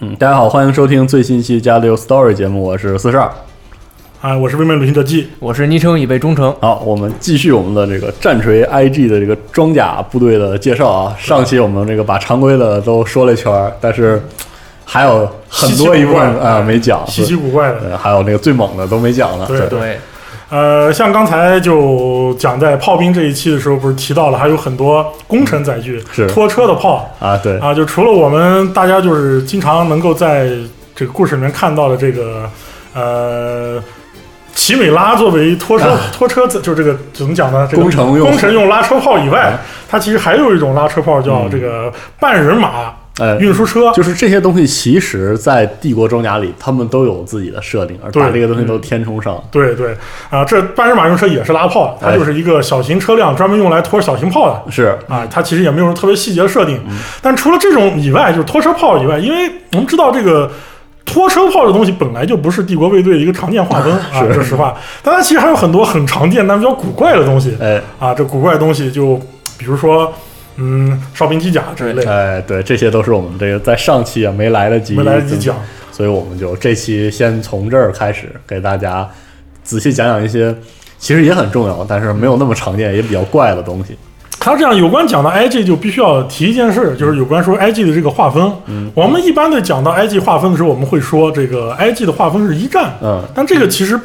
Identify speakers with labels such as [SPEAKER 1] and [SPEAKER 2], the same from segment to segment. [SPEAKER 1] 嗯，大家好，欢迎收听最新一期《加六 Story》节目，我是四十二。
[SPEAKER 2] 哎，我是未免旅行者 G，
[SPEAKER 3] 我是昵称已被忠诚，
[SPEAKER 1] 好，我们继续我们的这个战锤 IG 的这个装甲部队的介绍啊。上期我们这个把常规的都说了一圈儿，但是还有很多一部分
[SPEAKER 2] 稀奇古怪
[SPEAKER 1] 啊、没讲，
[SPEAKER 2] 稀奇古怪的。
[SPEAKER 1] 呃，还有那个最猛的都没讲呢。
[SPEAKER 2] 对
[SPEAKER 1] 对，
[SPEAKER 3] 对，
[SPEAKER 2] 呃，像刚才就讲在炮兵这一期的时候，不是提到了还有很多工程载具，
[SPEAKER 1] 嗯是
[SPEAKER 2] 拖车的炮
[SPEAKER 1] 啊，对，
[SPEAKER 2] 啊，就除了我们大家就是经常能够在这个故事里面看到的这个呃。奇美拉作为拖车、
[SPEAKER 1] 啊
[SPEAKER 2] 拖车载，就这个怎么讲呢？这个
[SPEAKER 1] 工程用
[SPEAKER 2] 工程用拉车炮以外
[SPEAKER 1] 嗯，
[SPEAKER 2] 它其实还有一种拉车炮叫
[SPEAKER 1] 嗯
[SPEAKER 2] 这个半人马
[SPEAKER 1] 呃，
[SPEAKER 2] 运输啊车。
[SPEAKER 1] 就是这些东西，其实在帝国装甲里，他们都有自己的设定，而把这
[SPEAKER 2] 对
[SPEAKER 1] 个东西都填充上。
[SPEAKER 2] 对对啊，这半人马用车也是拉炮的，它
[SPEAKER 1] 哎
[SPEAKER 2] 就是一个小型车辆，专门用来拖小型炮的。
[SPEAKER 1] 是，
[SPEAKER 2] 啊，它其实也没有什么特别细节的设定。
[SPEAKER 1] 嗯
[SPEAKER 2] 但除了这种以外，就是拖车炮以外，因为我们知道这个。拖车炮这东西本来就不是帝国卫队的一个常见画风啊，
[SPEAKER 1] 是
[SPEAKER 2] 说实话，但它其实还有很多很常见但比较古怪的东西
[SPEAKER 1] 哎
[SPEAKER 2] 啊。这古怪的东西就比如说，嗯，哨兵机甲这一类，
[SPEAKER 1] 哎，对，这些都是我们这个在上期啊没来得及
[SPEAKER 2] 没来得及讲。
[SPEAKER 1] 所以我们就这期先从这儿开始，给大家仔细讲讲一些其实也很重要，但是没有那么常见，也比较怪的东西。
[SPEAKER 2] 他这样有关讲到 IG 就必须要提一件事，就是有关说 IG 的这个划分。嗯，我们一般的讲到 IG 划分的时候，我们会说这个 IG 的划分是一战，
[SPEAKER 1] 嗯，
[SPEAKER 2] 但这个其实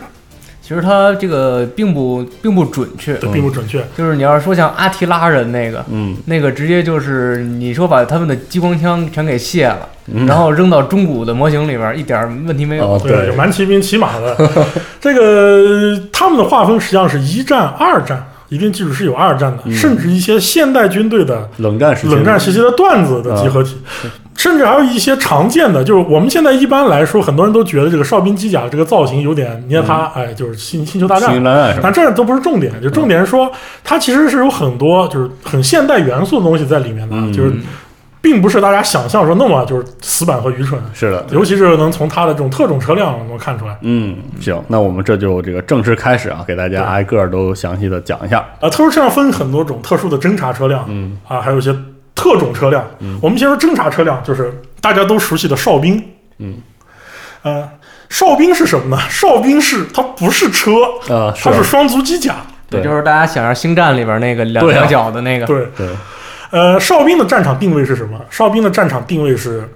[SPEAKER 3] 其实它这个并不并不准确，
[SPEAKER 2] 并不准确。
[SPEAKER 3] 就是你要是说像阿提拉人那个，
[SPEAKER 1] 嗯，
[SPEAKER 3] 那个直接就是你说把他们的激光枪全给卸了，
[SPEAKER 1] 嗯
[SPEAKER 3] 然后扔到中古的模型里边，一点儿问题没有。
[SPEAKER 1] 哦，
[SPEAKER 2] 对，有
[SPEAKER 1] 对，
[SPEAKER 2] 蛮骑兵骑马 的。这个他们的划分实际上是一战、二战，一定记住是有二战的，甚至一些现代军队的
[SPEAKER 1] 冷战时期，
[SPEAKER 2] 冷战嗯时期嗯的段子的集合体，甚至还有一些常见的，就是我们现在一般来说，很多人都觉得这个哨兵机甲这个造型有点捏他，哎，就是星星球大
[SPEAKER 1] 星云
[SPEAKER 2] 战。
[SPEAKER 1] 蓝暗什么
[SPEAKER 2] 啊但这都不是重点，就重点是说，它其实是有很多就是很现代元素的东西在里面的，啊
[SPEAKER 1] 嗯
[SPEAKER 2] 就是并不是大家想象说那么就是死板和愚蠢，
[SPEAKER 1] 是的，
[SPEAKER 2] 尤其是能从它的这种特种车辆能看出来。
[SPEAKER 1] 嗯，行，那我们这就这个正式开始啊，给大家挨个儿都详细的讲一下。
[SPEAKER 2] 啊，特殊车辆分很多种，特殊的侦察车辆，
[SPEAKER 1] 嗯，
[SPEAKER 2] 啊，还有一些特种车辆。我们先说侦察车辆，就是大家都熟悉的哨兵。
[SPEAKER 1] 嗯，
[SPEAKER 2] 呃，哨兵是什么呢？哨兵是它不是车，
[SPEAKER 1] 呃，
[SPEAKER 2] 它是双足机甲。
[SPEAKER 1] 对
[SPEAKER 3] 就是大家想象星战里边那个两
[SPEAKER 1] 对啊
[SPEAKER 3] 两脚的那个，
[SPEAKER 2] 对，
[SPEAKER 1] 对，
[SPEAKER 2] 呃，哨兵的战场定位是什么？哨兵的战场定位是，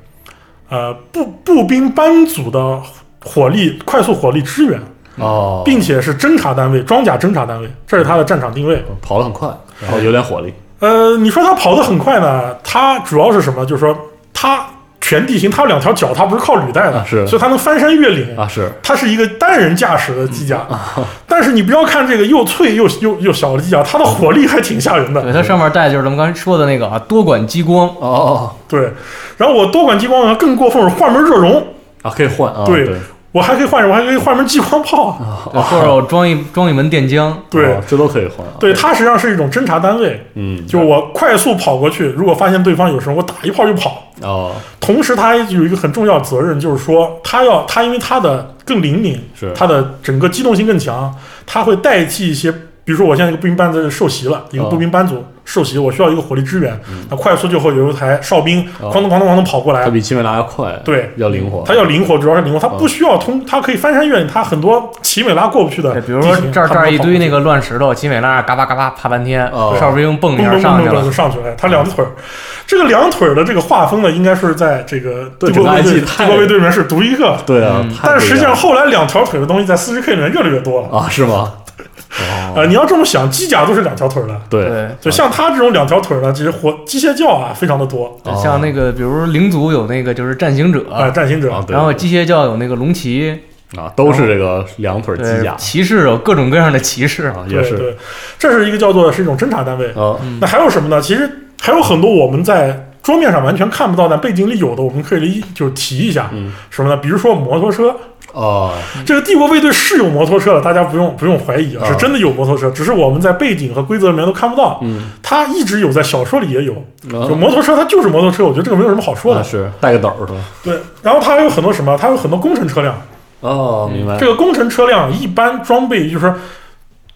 [SPEAKER 2] 呃，步步兵班组的火力快速火力支援，
[SPEAKER 1] 哦，
[SPEAKER 2] 并且是侦察单位，装甲侦察单位，这是它的战场定位。
[SPEAKER 1] 跑得很快，然后有点火力，
[SPEAKER 2] 呃，你说他跑得很快呢，他主要是什么？就是说他全地形，他有两条脚，他不是靠履带的，
[SPEAKER 1] 啊是
[SPEAKER 2] 所以他能翻山越岭。
[SPEAKER 1] 啊，嗯是
[SPEAKER 2] 它是一个单人驾驶的机甲， 但是你不要看这个又脆又又又小的机甲，它的火力还挺吓人的。
[SPEAKER 3] 对，它上面带的就是我们刚才说的那个啊，多管激光，
[SPEAKER 1] 哦
[SPEAKER 2] 对，然后我多管激光呢更过分，是换门热容，
[SPEAKER 1] 啊，可以换啊，
[SPEAKER 2] 对
[SPEAKER 1] 对，
[SPEAKER 2] 我还可以换什么？还可以换门激光炮啊。
[SPEAKER 3] 对或者我装一装一门电浆，
[SPEAKER 2] 对
[SPEAKER 1] 哦，这都可以换啊，
[SPEAKER 2] 对，它实际上是一种侦察单位，
[SPEAKER 1] 嗯，
[SPEAKER 2] 就我快速跑过去，如果发现对方有什么，我打一炮就跑。
[SPEAKER 1] 哦，
[SPEAKER 2] 同时，他有一个很重要的责任，就是说，他要他因为他的更灵敏，
[SPEAKER 1] 是
[SPEAKER 2] 他的整个机动性更强，他会代替一些，比如说我现在一个步兵班子受袭了，一个
[SPEAKER 1] 哦
[SPEAKER 2] 步兵班组，受袭，我需要一个火力支援，那快速就会有一台哨兵
[SPEAKER 1] 哦
[SPEAKER 2] 哐当哐当哐当跑过
[SPEAKER 1] 它
[SPEAKER 2] 来，
[SPEAKER 1] 比哦奇美拉要快，
[SPEAKER 2] 对
[SPEAKER 1] 要灵活。
[SPEAKER 2] 它要灵活，主要是灵活，它
[SPEAKER 1] 哦
[SPEAKER 2] 不需要通，它可以翻山越岭，它很多奇美拉过不去的地
[SPEAKER 3] 对，哎比
[SPEAKER 2] 形，
[SPEAKER 3] 如说这儿
[SPEAKER 2] 它
[SPEAKER 3] 这
[SPEAKER 2] 能
[SPEAKER 3] 儿一
[SPEAKER 2] 跑
[SPEAKER 3] 堆
[SPEAKER 2] 过
[SPEAKER 3] 那
[SPEAKER 2] 去
[SPEAKER 3] 个乱石头，奇美拉嘎巴嘎巴爬半天
[SPEAKER 1] 哦，
[SPEAKER 3] 哨兵蹦一
[SPEAKER 2] 蹦
[SPEAKER 3] 下
[SPEAKER 2] 蹦
[SPEAKER 3] 上
[SPEAKER 2] 蹦
[SPEAKER 3] 去
[SPEAKER 2] 蹦蹦就。
[SPEAKER 3] 了
[SPEAKER 2] 上去了，他两腿 儿，这个两腿儿的这个画风呢，应该是在这个
[SPEAKER 1] 对
[SPEAKER 2] 帝国卫
[SPEAKER 1] 这个
[SPEAKER 2] 队
[SPEAKER 1] IG 太
[SPEAKER 2] 帝国卫队里面是独一个，
[SPEAKER 1] 对啊，
[SPEAKER 3] 嗯
[SPEAKER 1] 太
[SPEAKER 2] 但是实际上
[SPEAKER 1] 不
[SPEAKER 2] 后来两条腿的东西在四十 K 里面越来越多了
[SPEAKER 1] 一。样啊，是吗？
[SPEAKER 2] 呃，
[SPEAKER 1] 哦，
[SPEAKER 2] 你要这么想，机甲都是两条腿儿的，
[SPEAKER 1] 对，
[SPEAKER 3] 对，
[SPEAKER 2] 就像他这种两条腿儿的，其实火机械教啊非常的多，
[SPEAKER 1] 哦
[SPEAKER 3] 像那个比如灵族有那个就是战行
[SPEAKER 2] 哎，
[SPEAKER 3] 者，
[SPEAKER 2] 战行者
[SPEAKER 1] 啊，对
[SPEAKER 3] 然后机械教有那个龙骑，
[SPEAKER 1] 啊，都是这个两腿机
[SPEAKER 3] 对
[SPEAKER 1] 甲，
[SPEAKER 3] 骑士有各种各样的骑士。
[SPEAKER 1] 啊，也
[SPEAKER 2] 对
[SPEAKER 1] 是
[SPEAKER 2] 对，这是一个叫做是一种侦察单位。
[SPEAKER 1] 啊，
[SPEAKER 3] 嗯
[SPEAKER 2] 那还有什么呢？其实还有很多我们在桌面上完全看不到，但背景里有的，我们可以理就是提一下
[SPEAKER 1] 嗯，
[SPEAKER 2] 什么呢？比如说摩托车，
[SPEAKER 1] 哦，
[SPEAKER 2] 这个帝国卫队是有摩托车的，大家不用不用怀疑
[SPEAKER 1] 啊
[SPEAKER 2] 啊，是真的有摩托车，只是我们在背景和规则里面都看不到。
[SPEAKER 1] 嗯，啊
[SPEAKER 2] 它一直有，在小说里也有，就
[SPEAKER 1] 就
[SPEAKER 2] 摩托车它就是摩托车，我觉得这个没有什么好说的。
[SPEAKER 1] 是带个斗儿是吧？
[SPEAKER 2] 对，然后它还有很多什么，它有很多工程车辆，
[SPEAKER 1] 哦，明白
[SPEAKER 2] 这，个工程车辆一般装备就是。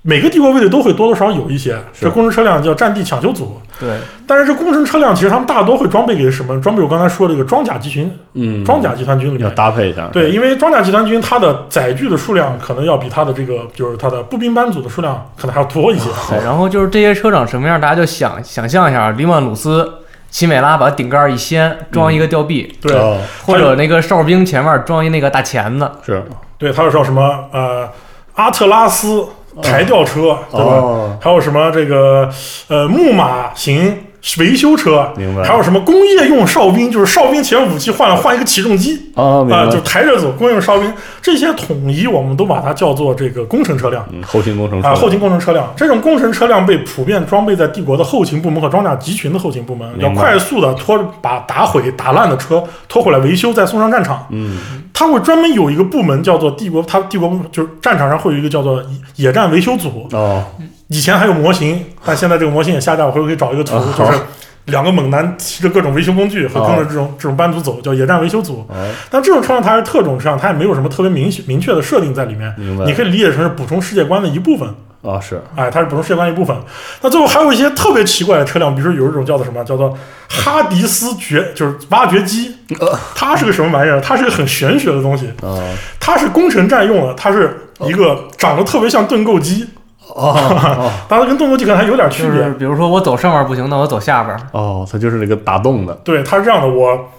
[SPEAKER 2] 每个帝国卫队都会多多少少有一些，
[SPEAKER 1] 是
[SPEAKER 2] 这工程车辆叫战地抢修组，
[SPEAKER 3] 对，
[SPEAKER 2] 但是这工程车辆其实他们大多会装备给什么？装备我刚才说这个装甲集群、
[SPEAKER 1] 嗯，
[SPEAKER 2] 装甲集团军里面
[SPEAKER 1] 要搭配一下，
[SPEAKER 2] 对，因为装甲集团军它的载具的数量可能要比它的这个就是它的步兵班组的数量可能还要多一些。
[SPEAKER 3] 对，
[SPEAKER 1] 啊
[SPEAKER 3] 然后就是这些车长什么样，大家就想想象一下，黎曼鲁斯、奇美拉把顶盖一掀，装一个吊臂，
[SPEAKER 2] 对，
[SPEAKER 1] 哦
[SPEAKER 3] 或者那个哨兵前面装一那个大钳子，
[SPEAKER 1] 是
[SPEAKER 2] 对，它有叫什么呃阿特拉斯抬吊车，对吧？
[SPEAKER 1] 哦，
[SPEAKER 2] 还有什么这个呃木马型维修车，
[SPEAKER 1] 明白
[SPEAKER 2] 还有什么工业用哨兵，就是哨兵前武器换了换一个起重机
[SPEAKER 1] 哦，明
[SPEAKER 2] 啊、
[SPEAKER 1] 白
[SPEAKER 2] 就，抬着走工业用哨兵，这些统一我们都把它叫做这个工程车辆。
[SPEAKER 1] 嗯，后勤工程
[SPEAKER 2] 啊，
[SPEAKER 1] 师
[SPEAKER 2] 后勤工程车辆这种工程车辆被普遍装备在帝国的后勤部门和装甲集群的后勤部门，
[SPEAKER 1] 明白
[SPEAKER 2] 要快速的拖把打毁、打烂的车拖回来维修，再送上战场。
[SPEAKER 1] 嗯，
[SPEAKER 2] 它会专门有一个部门叫做帝国，它帝国就是战场上会有一个叫做野战维修组。
[SPEAKER 1] 哦，
[SPEAKER 2] 以前还有模型，但现在这个模型也下架，我回头可以找一个图
[SPEAKER 1] 啊，好啊
[SPEAKER 2] 就是两个猛男骑着各种维修工具，会跟着这种这种班组走，叫野战维修组。
[SPEAKER 1] 哦，
[SPEAKER 2] 但这种车辆它是特种车辆，它也没有什么特别明确明确的设定在里面，
[SPEAKER 1] 明白，
[SPEAKER 2] 你可以理解成是补充世界观的一部分。
[SPEAKER 1] 啊，是
[SPEAKER 2] 哎，它是补充世界观一部分。那最后还有一些特别奇怪的车辆，比如说有一种叫做什么，叫做哈迪斯掘，就是挖掘机。
[SPEAKER 1] 呃
[SPEAKER 2] 它是个什么玩意儿？它是个很玄学的东西。
[SPEAKER 1] 啊，
[SPEAKER 2] 它是工程站用的，它是一个长得特别像盾构机，
[SPEAKER 1] 哦
[SPEAKER 2] 当然跟盾构机可能还有点区
[SPEAKER 3] 就
[SPEAKER 2] 别。
[SPEAKER 3] 是比如说我走上面不行，那我走下边儿，
[SPEAKER 1] 哦，它就是那个打洞的，
[SPEAKER 2] 对，它是这样的，我。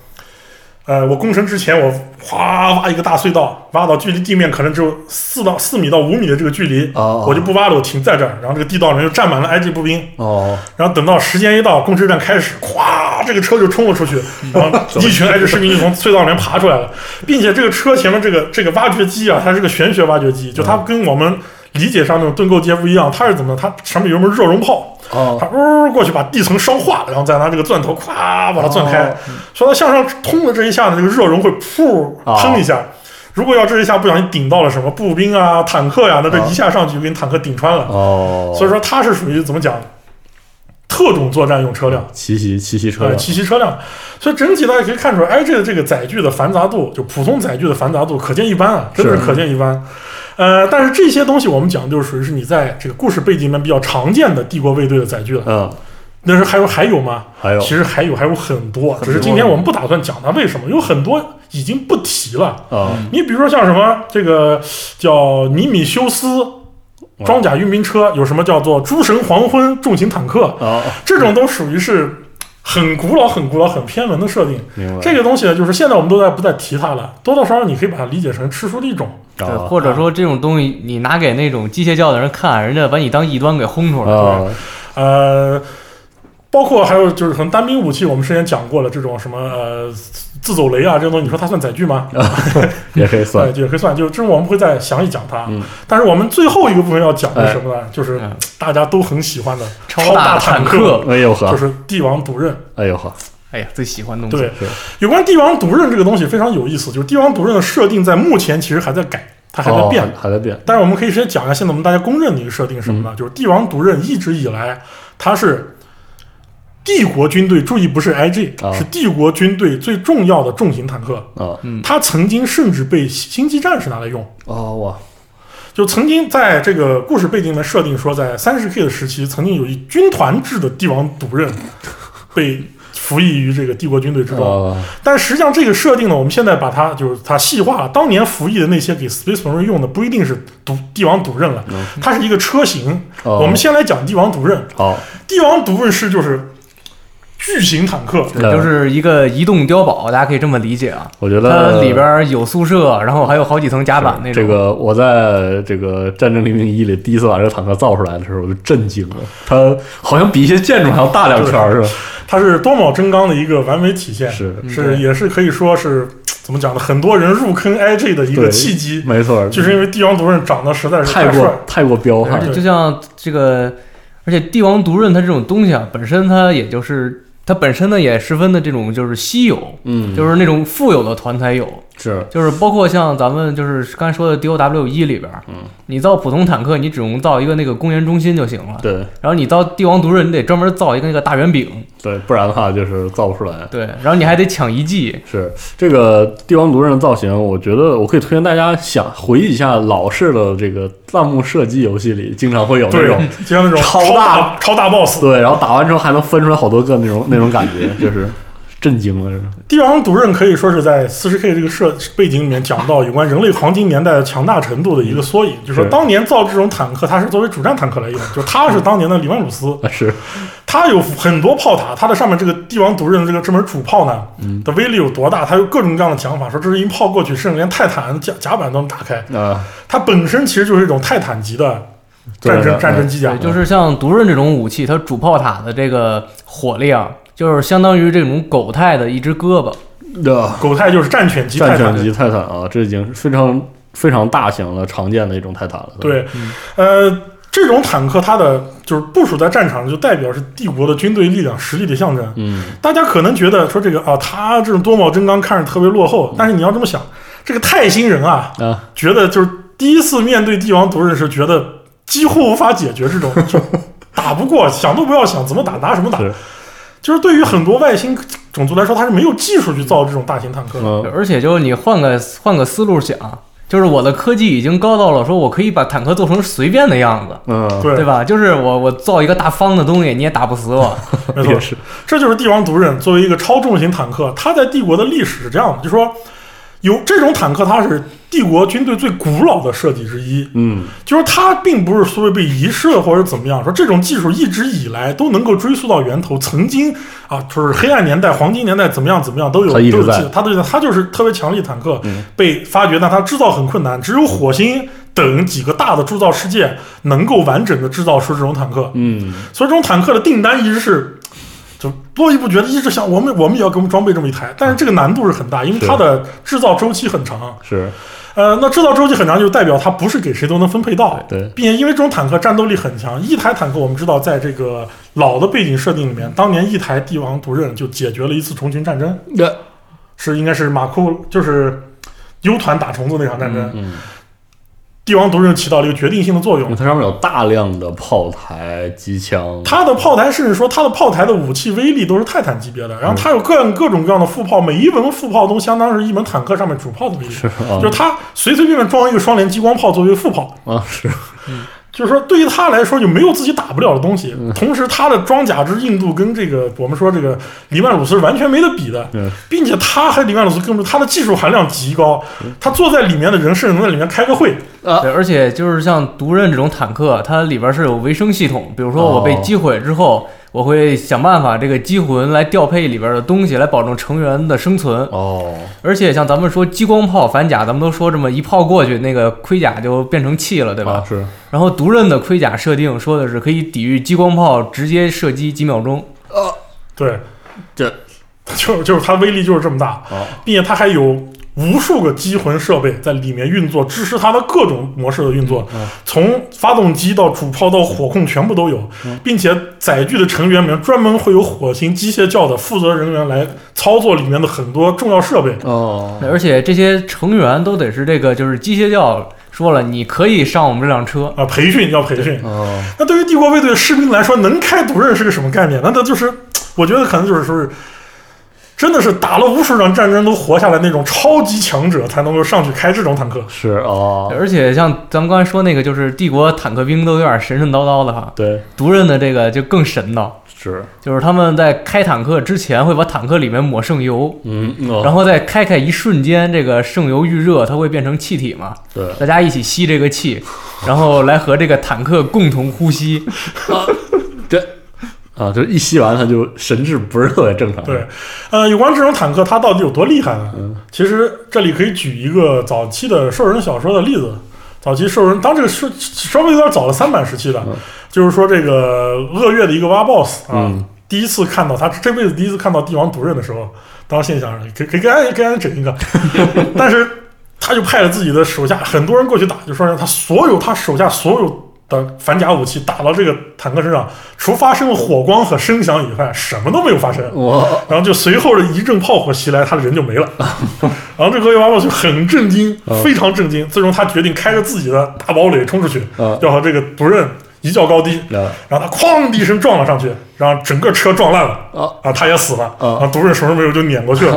[SPEAKER 2] 呃，我工程之前，我哗挖一个大隧道，挖到距离地面可能只有四到四米到五米的这个距离，
[SPEAKER 1] 哦，
[SPEAKER 2] 我就不挖了，我停在这儿。然后这个地道里面就站满了埃及步兵，
[SPEAKER 1] 哦，
[SPEAKER 2] 然后等到时间一到，攻之战开始，咵，这个车就冲了出去，
[SPEAKER 1] 嗯
[SPEAKER 2] 然后一群埃及士兵就从隧道里面爬出来了，并且这个车前面这个这个挖掘机啊，它是个玄学挖掘机，就它跟我们理解上那种盾构机不一样，它是怎么呢？它上面有一门热熔炮，
[SPEAKER 1] 哦，
[SPEAKER 2] 它呜过去把地层烧化了，然后再拿这个钻头咵把它钻开
[SPEAKER 1] 哦，
[SPEAKER 2] 所以它向上冲的这一下呢，这个热熔会噗
[SPEAKER 1] 哦
[SPEAKER 2] 喷一下。如果要这一下不小心顶到了什么步兵啊、坦克呀、那这一下上去就给你坦克顶穿了。
[SPEAKER 1] 哦，
[SPEAKER 2] 所以说它是属于怎么讲，特种作战用车辆，
[SPEAKER 1] 骑骑骑骑车
[SPEAKER 2] 呃，，奇袭车辆。所以整体大家可以看出来，i 这的这个载具的繁杂度，就普通载具的繁杂度可见一斑啊，真的
[SPEAKER 1] 是
[SPEAKER 2] 是可见一斑。呃，但是这些东西我们讲就是属于是你在这个故事背景里面比较常见的帝国卫队的载具了。
[SPEAKER 1] 嗯，
[SPEAKER 2] 但是还有还有吗？
[SPEAKER 1] 还有
[SPEAKER 2] 其实还有还有很多，只是今天我们不打算讲它为什么，有很多已经不提了。
[SPEAKER 1] 啊，
[SPEAKER 2] 你比如说像什么这个叫尼米修斯装甲运兵车，有什么叫做诸神黄昏重型坦克，
[SPEAKER 1] 哦，
[SPEAKER 2] 这种都属于是很古老、很古老、很偏门的设定。
[SPEAKER 1] 明白
[SPEAKER 2] 这个东西呢，就是现在我们都在不再提它了，多多少少你可以把它理解成吃书的一种。
[SPEAKER 1] 个
[SPEAKER 3] 对，或者说这种东西你拿给那种机械教的人看，人家把你当异端给轰出来。
[SPEAKER 1] 啊，
[SPEAKER 2] 呃，包括还有就是可能单兵武器，我们之前讲过了，这种什么呃自走雷啊这种东西，你说它算载具吗？
[SPEAKER 1] 也可以算
[SPEAKER 2] 对，也可以算，呃就是这种我们会再详细讲它。啊
[SPEAKER 1] 嗯哎
[SPEAKER 2] 但是我们最后一个部分要讲的是什么呢？就是
[SPEAKER 3] 嗯
[SPEAKER 2] 大家都很喜欢的
[SPEAKER 3] 超
[SPEAKER 2] 大
[SPEAKER 3] 大
[SPEAKER 2] 坦
[SPEAKER 3] 坦克
[SPEAKER 1] 哎呦
[SPEAKER 2] 就
[SPEAKER 1] 呵，
[SPEAKER 2] 是帝王独刃。
[SPEAKER 1] 哎呦呵，
[SPEAKER 3] 哎呀，最喜欢弄
[SPEAKER 2] 对
[SPEAKER 1] 是，
[SPEAKER 2] 有关帝王独刃这个东西非常有意思，就是帝王独刃的设定在目前其实还在改，它还在变。
[SPEAKER 1] 哦还还在变，
[SPEAKER 2] 但是我们可以先讲一下现在我们大家公认的一个设定是什么
[SPEAKER 1] 嗯
[SPEAKER 2] 呢？就是帝王独刃一直以来它是帝国军队，注意不是 IG，、
[SPEAKER 1] 啊
[SPEAKER 2] 是帝国军队最重要的重型坦克。
[SPEAKER 1] 啊，
[SPEAKER 3] 嗯
[SPEAKER 2] 它曾经甚至被星际战士拿来用。
[SPEAKER 1] 哦哇，
[SPEAKER 2] 就曾经在这个故事背景的设定说，在三十 K 的时期，曾经有一军团制的帝王主任被服役于这个帝国军队之中。
[SPEAKER 1] 呃，
[SPEAKER 2] 但实际上这个设定呢，我们现在把它就是它细化了。当年服役的那些给 Space Marine 用的不一定是独帝王主任了，它是一个车型。
[SPEAKER 1] 嗯哦
[SPEAKER 2] 我们先来讲帝王主任，
[SPEAKER 1] 好，
[SPEAKER 2] 帝王主任是就是巨型坦克，
[SPEAKER 1] 对
[SPEAKER 3] 就是一个移动碉堡，大家可以这么理解啊。
[SPEAKER 1] 我觉得
[SPEAKER 3] 它里边有宿舍，然后还有好几层甲板那种。
[SPEAKER 1] 呃这个我在这个《战争黎明一》里第一次把这个坦克造出来的时候，我就震惊了。它好像比一些建筑还要大两圈儿，是吧？
[SPEAKER 2] 它是多铆真钢的一个完美体现，
[SPEAKER 1] 是，
[SPEAKER 3] 嗯
[SPEAKER 2] 是
[SPEAKER 3] 对
[SPEAKER 2] 也是可以说是怎么讲呢？很多人入坑 IG 的一个
[SPEAKER 1] 对
[SPEAKER 2] 契机，
[SPEAKER 1] 没错，
[SPEAKER 2] 就是因为帝王主任长得实在是
[SPEAKER 1] 太
[SPEAKER 2] 帅
[SPEAKER 1] 过。太过彪
[SPEAKER 3] 而
[SPEAKER 1] 悍，
[SPEAKER 3] 且就像这个，而且帝王独刃它这种东西啊，本身它也就是它本身呢也十分的这种就是稀有，
[SPEAKER 1] 嗯，
[SPEAKER 3] 就是那种富有的团才有，
[SPEAKER 1] 是
[SPEAKER 3] 就是包括像咱们就是刚才说的 D O W 一里边，嗯，你造普通坦克，你只用造一个那个公园中心就行了。
[SPEAKER 1] 对
[SPEAKER 3] 然后你造帝王独刃，你得专门造一个那个大圆饼，
[SPEAKER 1] 对，不然的话就是造不出来。
[SPEAKER 3] 对，然后你还得抢遗迹，
[SPEAKER 1] 是这个帝王独刃的造型，我觉得我可以推荐大家想回忆一下老式的这个弹幕射击游戏里，经常会有那
[SPEAKER 2] 对
[SPEAKER 1] 种，
[SPEAKER 2] 就像那种
[SPEAKER 1] 超
[SPEAKER 2] 超
[SPEAKER 1] 大
[SPEAKER 2] 超大 boss，
[SPEAKER 1] 对，然后打完之后还能分出来好多个那种那种感觉，就是震惊了，是吧
[SPEAKER 2] 帝王主任可以说是在四十 K 这个设背景里面讲到有关人类黄金年代的强大程度的一个缩影，就是说
[SPEAKER 1] 是
[SPEAKER 2] 当年造这种坦克，它是作为主战坦 克来用，就是它是当年的里曼鲁斯，
[SPEAKER 1] 啊是
[SPEAKER 2] 它有很多炮塔，它的上面这个帝王主任的这个这门主炮呢
[SPEAKER 1] 嗯
[SPEAKER 2] 的威力有多大？它有各种各样的讲法，说这是一炮过去，甚至连泰坦甲甲板都能打开。
[SPEAKER 1] 啊，
[SPEAKER 2] 它本身其实就是一种泰坦级的战
[SPEAKER 1] 对
[SPEAKER 2] 争
[SPEAKER 1] 对
[SPEAKER 2] 战争机甲
[SPEAKER 3] 对，，就是啊像独刃这种武器，它主炮塔的这个火力啊，就是相当于这种狗泰的一只胳膊。
[SPEAKER 1] 的
[SPEAKER 2] 狗泰就是战犬级泰
[SPEAKER 1] 战
[SPEAKER 2] 坦
[SPEAKER 1] 犬。级泰坦啊，这已经是非常非常大型了，常见的一种泰坦了。吧，
[SPEAKER 2] 对，呃，这种坦克它的就是部署在战场，就代表是帝国的军队力量实力的象征。
[SPEAKER 1] 嗯，
[SPEAKER 2] 大家可能觉得说这个啊，它这种多铆真钢看着特别落后，但是你要这么想，这个泰星人啊，
[SPEAKER 1] 嗯啊，
[SPEAKER 2] 觉得就是第一次面对帝王独刃时，觉得几乎无法解决这种， 就打不过，想都不要想，怎么打拿什么打
[SPEAKER 1] 是。
[SPEAKER 2] 就是对于很多外星种族来说，他是没有技术去造这种大型坦克的。
[SPEAKER 1] 嗯，
[SPEAKER 3] 而且就是你换个换个思路想，就是我的科技已经高到了，说我可以把坦克做成随便的样子，
[SPEAKER 1] 嗯，
[SPEAKER 2] 对
[SPEAKER 3] 对吧？就是我我造一个大方的东西，你也打不死 我。
[SPEAKER 2] 没错
[SPEAKER 1] 也，是，
[SPEAKER 2] 这就是帝王独刃作为一个超重型坦克，它在帝国的历史是这样的，就说有这种坦克，它是帝国军队最古老的设计之一。
[SPEAKER 1] 嗯，
[SPEAKER 2] 就是它并不是所谓被遗失了或者怎么样，说这种技术一直以来都能够追溯到源头，曾经啊，就是黑暗年代、黄金年代怎么样怎么样都有，
[SPEAKER 1] 它
[SPEAKER 2] 都
[SPEAKER 1] 一直
[SPEAKER 2] 有
[SPEAKER 1] 在嗯
[SPEAKER 2] 记，它都有它就是特别强力坦克被发掘，但它制造很困难，只有火星等几个大的铸造世界能够完整的制造出这种坦克，
[SPEAKER 1] 嗯，
[SPEAKER 2] 所以这种坦克的订单一直是。就络绎不绝的，一直想我们我们也要给我们装备这么一台，但是这个难度是很大，因为
[SPEAKER 1] 是
[SPEAKER 2] 它的制造周期很长。
[SPEAKER 1] 是
[SPEAKER 2] 呃，那制造周期很长，就代表它不是给谁都能分配到，
[SPEAKER 1] 对，
[SPEAKER 2] 并且因为这种坦克战斗力很强，一台坦克我们知道，在这个老的背景设定里面，当年一台帝王独刃就解决了一次虫群战争，
[SPEAKER 1] 那
[SPEAKER 3] 呃
[SPEAKER 2] 是应该是马库就是优团打虫子那场战争，
[SPEAKER 1] 嗯，
[SPEAKER 2] 帝王独刃起到了一个决定性的作
[SPEAKER 1] 因
[SPEAKER 2] 用
[SPEAKER 1] 为。嗯它上面有大量的炮台、机枪，
[SPEAKER 2] 它的炮台甚至说它的炮台的武器威力都是泰坦级别的，然后它有各各种各样的副炮，每一门副炮都相当是一门坦克上面主炮的威力，
[SPEAKER 1] 是啊
[SPEAKER 2] 就是它随随便便装一个双联激光炮作为副炮，
[SPEAKER 1] 啊是，
[SPEAKER 2] 就是说，对于他来说就没有自己打不了的东西。
[SPEAKER 1] 嗯
[SPEAKER 2] 同时，他的装甲之硬度跟这个我们说这个黎曼鲁斯是完全没得比的
[SPEAKER 1] 嗯，
[SPEAKER 2] 并且他和黎曼鲁斯更不，他的技术含量极高。
[SPEAKER 1] 嗯
[SPEAKER 2] 他坐在里面的人甚至能在里面开个会。
[SPEAKER 1] 啊
[SPEAKER 3] 对，而且就是像独刃这种坦克，它里边是有维生系统，比如说我被
[SPEAKER 1] 哦
[SPEAKER 3] 击毁之后，我会想办法这个击魂来调配里边的东西，来保证成员的生存。
[SPEAKER 1] 哦，
[SPEAKER 3] 而且像咱们说激光炮反甲，咱们都说这么一炮过去，那个盔甲就变成气了，对吧？
[SPEAKER 1] 啊是，
[SPEAKER 3] 然后独刃的盔甲设定说的是可以抵御激光炮直接射击几秒钟，
[SPEAKER 2] 对，
[SPEAKER 1] 这
[SPEAKER 2] 就就是它威力就是这么大，
[SPEAKER 1] 哦
[SPEAKER 2] 并且它还有。无数个机魂设备在里面运作，支持它的各种模式的运作，
[SPEAKER 1] 嗯
[SPEAKER 2] 从发动机到主炮到火控全部都有，
[SPEAKER 1] 嗯
[SPEAKER 2] 并且载具的成员里面专门会有火星机械教的负责人员来操作里面的很多重要设备。
[SPEAKER 1] 哦，
[SPEAKER 3] 而且这些成员都得是这个就是机械教说了，你可以上我们这辆车，
[SPEAKER 2] 啊，培训要培训。
[SPEAKER 1] 哦，
[SPEAKER 2] 那对于帝国卫队的士兵来说，能开独刃是个什么概念？那它就是，我觉得可能就是说是真的是打了无数场战争都活下来那种超级强者才能够上去开这种坦克。
[SPEAKER 1] 是哦，
[SPEAKER 3] 而且像咱们刚才说那个，就是帝国坦克兵都有点神神叨叨的哈，
[SPEAKER 1] 对，
[SPEAKER 3] 独刃的这个就更神叨，
[SPEAKER 1] 是，
[SPEAKER 3] 就是他们在开坦克之前会把坦克里面抹圣油，
[SPEAKER 1] 嗯，哦
[SPEAKER 3] 然后在开开一瞬间，这个圣油预热，它会变成气体嘛，
[SPEAKER 1] 对，
[SPEAKER 3] 大家一起吸这个气，然后来和这个坦克共同呼吸。
[SPEAKER 1] 对，啊，就是一吸完它就神志不是特别正常，
[SPEAKER 2] 对，呃，有关这种坦克它到底有多厉害呢？
[SPEAKER 1] 嗯
[SPEAKER 2] 其实这里可以举一个早期的兽人小说的例子。早期兽人，当这个是稍微有点早了三版时期的，
[SPEAKER 1] 嗯
[SPEAKER 2] 就是说这个恶月的一个挖 boss 啊，
[SPEAKER 1] 嗯
[SPEAKER 2] 第一次看到他这辈子第一次看到帝王独刃的时候，当时心里想给给给俺给俺整 一个，但是他就派了自己的手下很多人过去打，就说让他所有他手下所有的反甲武器打到这个坦克身上，除发生了火光和声响以外，什么都没有发生。
[SPEAKER 1] 我
[SPEAKER 2] 然后就随后的一阵炮火袭来，他的人就没了。 然后这格雷娃娃就很震惊，
[SPEAKER 1] 啊
[SPEAKER 2] 非常震惊。最终他决定开着自己的大堡垒冲出去，
[SPEAKER 1] 啊
[SPEAKER 2] 要和这个毒刃一较高低。
[SPEAKER 1] 啊
[SPEAKER 2] 然后他哐的一声撞了上去，然后整个车撞烂了。
[SPEAKER 1] 啊
[SPEAKER 2] 啊，他也死了啊，毒刃什么都没有就碾过去了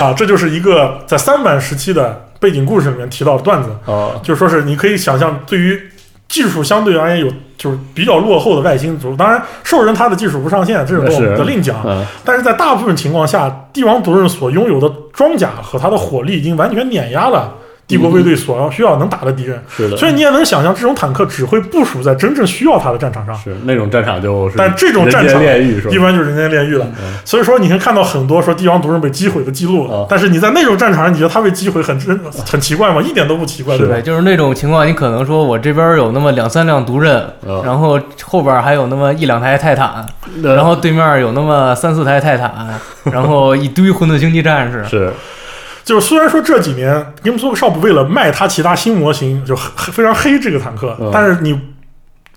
[SPEAKER 2] 啊，这就是一个在三版时期的背景故事里面提到的段子，
[SPEAKER 1] 啊，
[SPEAKER 2] 就是说是你可以想象，对于技术相对而言有就是比较落后的外星族，当然兽人他的技术无上限，这种
[SPEAKER 1] 是
[SPEAKER 2] 我们得另讲，
[SPEAKER 1] 嗯
[SPEAKER 2] 但是在大部分情况下，帝王独刃所拥有的装甲和他的火力已经完全碾压了帝国卫队所要需要能打的敌人，
[SPEAKER 1] 是的，
[SPEAKER 2] 所以你也能想象，这种坦克只会部署在真正需要它的战场上。
[SPEAKER 1] 是那种战场就是，
[SPEAKER 2] 但这种战场
[SPEAKER 1] 炼狱是吧嗯
[SPEAKER 2] 一？般就是人间炼狱了。所以说，你能看到很多说帝王独刃被击毁的记录，
[SPEAKER 1] 啊
[SPEAKER 2] 但是你在那种战场上，你觉得他被击毁很真很奇怪吗？一点都不奇怪，
[SPEAKER 1] 是
[SPEAKER 2] 对吧？
[SPEAKER 3] 对，就是那种情况，你可能说我这边有那么两三辆独刃，
[SPEAKER 1] 嗯
[SPEAKER 3] 然后后边还有那么一两台泰坦，
[SPEAKER 1] 那
[SPEAKER 3] 然后对面有那么三四台泰坦，然后一堆混沌星际战士。
[SPEAKER 1] 是
[SPEAKER 2] 就是虽然说这几年 GameStop Shop 为了卖它其他新模型，就很非常黑这个坦克，
[SPEAKER 1] 嗯
[SPEAKER 2] 但是你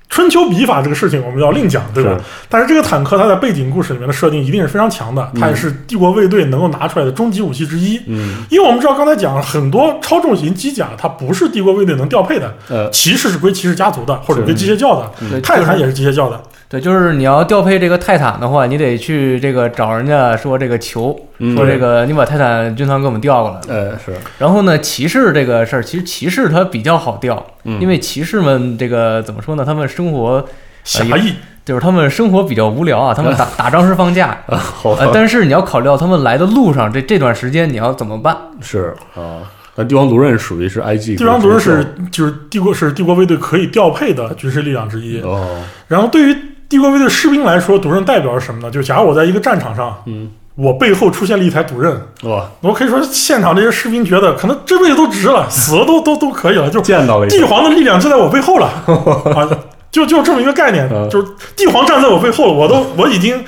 [SPEAKER 2] 春秋笔法这个事情我们要另讲，对吧？
[SPEAKER 1] 是
[SPEAKER 2] 但是这个坦克它在背景故事里面的设定一定是非常强的，它也是帝国卫队能够拿出来的终极武器之一。
[SPEAKER 1] 嗯
[SPEAKER 2] 因为我们知道刚才讲很多超重型机甲，它不是帝国卫队能调配的，
[SPEAKER 1] 呃
[SPEAKER 2] 骑士是归骑士家族的，或者
[SPEAKER 1] 是嗯
[SPEAKER 2] 归机械教的，
[SPEAKER 3] 对
[SPEAKER 2] 泰坦
[SPEAKER 3] 就是
[SPEAKER 2] 也是机械教的，
[SPEAKER 3] 对，就是你要调配这个泰坦的话，你得去这个找人家说这个求，
[SPEAKER 1] 嗯
[SPEAKER 3] 说这个你把泰坦军团给我们调过来。
[SPEAKER 1] 呃是
[SPEAKER 3] 然后呢，骑士这个事儿，其实骑士它比较好调，
[SPEAKER 1] 嗯
[SPEAKER 3] 因为骑士们这个怎么说呢？他们生活
[SPEAKER 1] 哎
[SPEAKER 2] 侠
[SPEAKER 3] 也
[SPEAKER 2] 义
[SPEAKER 3] 就是他们生活比较无聊啊，他们打打仗是放假，
[SPEAKER 1] 啊 好吧
[SPEAKER 3] 呃，但是你要考虑到他们来的路上这这段时间你要怎么办？
[SPEAKER 1] 是啊，那帝王独刃属于是 IG，
[SPEAKER 2] 帝王独刃是就是帝国是帝国卫队可以调配的军事力量之一。
[SPEAKER 1] 哦
[SPEAKER 2] 然后对于帝国卫队士兵来说，独刃代表是什么呢？就假如我在一个战场上，
[SPEAKER 1] 嗯，
[SPEAKER 2] 我背后出现了一台独刃，
[SPEAKER 1] 哇
[SPEAKER 2] 我可以说现场这些士兵觉得可能这辈子都值 了，死了都都都可以了，就
[SPEAKER 1] 见到了一
[SPEAKER 2] 帝
[SPEAKER 1] 个
[SPEAKER 2] 皇的力量就在我背后了 啊，就就这么一个概念
[SPEAKER 1] 嗯，
[SPEAKER 2] 就是帝皇站在我背后，我都我已经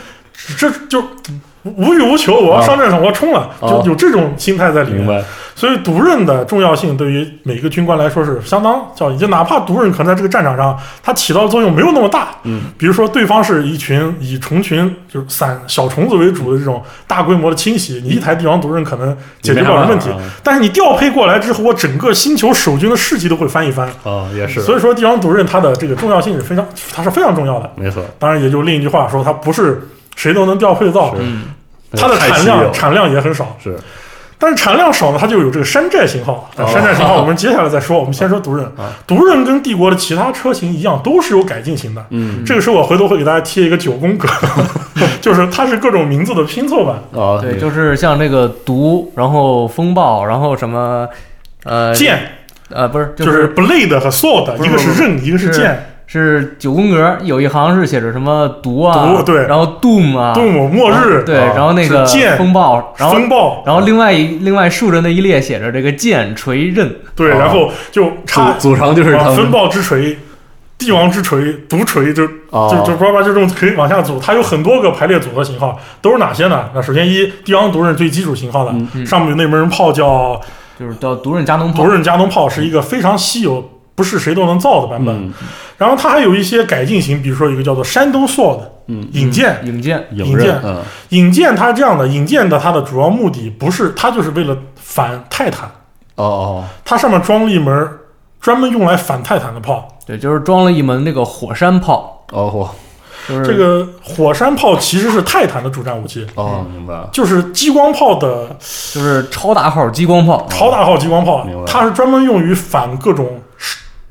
[SPEAKER 2] 这就无欲无求，
[SPEAKER 1] 嗯
[SPEAKER 2] 我要上战场，我要冲了，
[SPEAKER 1] 啊
[SPEAKER 2] 就有这种心态在里
[SPEAKER 1] 明
[SPEAKER 2] 面。
[SPEAKER 1] 白
[SPEAKER 2] 所以独刃的重要性对于每个军官来说是相当较，就哪怕独刃可能在这个战场上它起到的作用没有那么大，
[SPEAKER 1] 嗯，
[SPEAKER 2] 比如说对方是一群以虫群就是散小虫子为主的这种大规模的侵袭，你一台帝王独刃可能解决不了这问题
[SPEAKER 1] 没办法啊，
[SPEAKER 2] 但是你调配过来之后，我整个星球守军的士气都会翻一翻，
[SPEAKER 1] 啊也是，
[SPEAKER 2] 所以说帝王独刃它的这个重要性是非常，它是非常重要的。
[SPEAKER 1] 没错，
[SPEAKER 2] 当然，也就另一句话说，它不是谁都能调配得到，
[SPEAKER 1] 是
[SPEAKER 3] 嗯，
[SPEAKER 1] 那
[SPEAKER 2] 它的
[SPEAKER 1] 太
[SPEAKER 2] 产
[SPEAKER 1] 稀有
[SPEAKER 2] 量产量也很少，
[SPEAKER 1] 是
[SPEAKER 2] 但是嗯产量少呢，它就有这个山寨型号。
[SPEAKER 3] 哦
[SPEAKER 2] 但山寨 型号我们接下来再说，我们先说独刃
[SPEAKER 1] 啊。
[SPEAKER 2] 独刃跟帝国的其他车型一样，都是有改进型的。
[SPEAKER 1] 嗯
[SPEAKER 2] 这个时候我回头会给大家贴一个九 宫格，就是它是各种名字的拼凑版。
[SPEAKER 1] 啊
[SPEAKER 2] 嗯
[SPEAKER 3] 对，
[SPEAKER 1] 你
[SPEAKER 3] 就是像这个毒，然后风暴，然后什么，呃，
[SPEAKER 2] 剑
[SPEAKER 3] 呃，不是，
[SPEAKER 2] 就是是 blade 和 sword，
[SPEAKER 3] 不是
[SPEAKER 2] 一个
[SPEAKER 3] 不
[SPEAKER 2] 是
[SPEAKER 3] 是
[SPEAKER 2] 刃，一个是
[SPEAKER 3] 是
[SPEAKER 2] 剑。
[SPEAKER 3] 是九宫格，有一行是写着什么毒啊，
[SPEAKER 2] 毒对
[SPEAKER 3] 然后 doom 啊，
[SPEAKER 2] 杜姆末日，
[SPEAKER 3] 对，
[SPEAKER 1] 啊
[SPEAKER 3] 然后那个
[SPEAKER 2] 是剑
[SPEAKER 3] 风暴，然后
[SPEAKER 2] 风暴，
[SPEAKER 3] 然后另外一另外竖着那一列写着这个剑锤刃，
[SPEAKER 2] 对，
[SPEAKER 1] 啊
[SPEAKER 2] 然后就
[SPEAKER 1] 组
[SPEAKER 2] 插
[SPEAKER 1] 组成就是他
[SPEAKER 2] 啊风
[SPEAKER 1] 们
[SPEAKER 2] 暴之锤、帝王之锤、毒锤，就
[SPEAKER 1] 啊
[SPEAKER 2] 就就叭叭就这种可以往下组，它有很多个排列组合型号，都是哪些呢？那首先一帝王独刃最基础型号的，
[SPEAKER 1] 嗯
[SPEAKER 3] 嗯
[SPEAKER 2] 上面有那门炮叫
[SPEAKER 3] 就是叫毒刃加农炮
[SPEAKER 2] 独，刃加农炮，是一个非常稀有。不是谁都能造的版本，
[SPEAKER 1] 嗯
[SPEAKER 2] 然后它还有一些改进型，比如说有一个叫做山东 sword
[SPEAKER 1] 嗯
[SPEAKER 2] 引剑，
[SPEAKER 3] 影剑，
[SPEAKER 1] 影
[SPEAKER 2] 引
[SPEAKER 1] 刃
[SPEAKER 2] 剑
[SPEAKER 1] 嗯
[SPEAKER 2] 引剑它是这样的，引剑的它的主要目的不是它就是为了反泰坦，
[SPEAKER 1] 哦哦
[SPEAKER 2] 它上面装了一门专门用来反泰坦的炮，
[SPEAKER 3] 对，就是装了一门那个火山炮，
[SPEAKER 1] 哦哦
[SPEAKER 3] 就是
[SPEAKER 2] 这个火山炮其实是泰坦的主战武器，
[SPEAKER 1] 哦，明白了，
[SPEAKER 2] 就是激光炮的
[SPEAKER 3] 就是超大号激光炮，
[SPEAKER 2] 超大号激光炮
[SPEAKER 1] 哦明白，
[SPEAKER 2] 它是专门用于反各种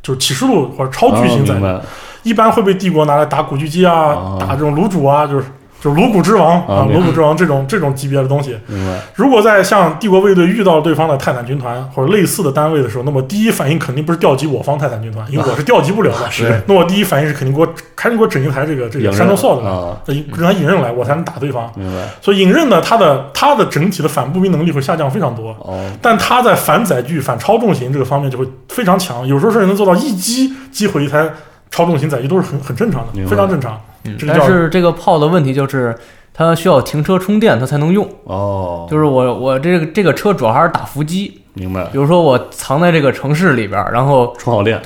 [SPEAKER 2] 就是启示录或者超巨型
[SPEAKER 1] 哦明
[SPEAKER 2] 载体
[SPEAKER 1] 白，了，
[SPEAKER 2] 一般会被帝国拿来打古巨基啊
[SPEAKER 1] 哦，
[SPEAKER 2] 打这种卢主啊，就是就是卢古之王
[SPEAKER 1] 啊
[SPEAKER 2] 啊，
[SPEAKER 1] 明白
[SPEAKER 2] 卢古之王这种这种级别的东西。
[SPEAKER 1] 明白了，
[SPEAKER 2] 如果在向帝国卫队遇到对方的泰坦军团或者类似的单位的时候，那么第一反应肯定不是调集我方泰坦军团，因为我是调集不了的。
[SPEAKER 1] 哦是
[SPEAKER 2] 那我第一反应是肯定给我赶紧给我整一台这个这
[SPEAKER 1] 影
[SPEAKER 2] 个
[SPEAKER 1] 刃
[SPEAKER 2] 山东扫的，
[SPEAKER 1] 啊，
[SPEAKER 2] 呃让它引刃来，我才能打对方。
[SPEAKER 1] 明白，
[SPEAKER 2] 所以引刃呢，它的它的整体的反步兵能力会下降非常多。
[SPEAKER 1] 哦，
[SPEAKER 2] 但它在反载具、反超重型这个方面就会非常强，有时候甚至能做到一击击毁一台超重型载具，都是很很正常
[SPEAKER 1] 明
[SPEAKER 2] 的，
[SPEAKER 1] 白
[SPEAKER 2] 非常正常。
[SPEAKER 3] 嗯
[SPEAKER 2] 这个
[SPEAKER 3] 但
[SPEAKER 2] 叫
[SPEAKER 3] 是这个炮的问题就是它需要停车充电，它才能用。
[SPEAKER 1] 哦，
[SPEAKER 3] 就是我我这个这个车主要还是打伏击，
[SPEAKER 1] 明白，
[SPEAKER 3] 比如说我藏在这个城市里边儿，然后
[SPEAKER 1] 充好电，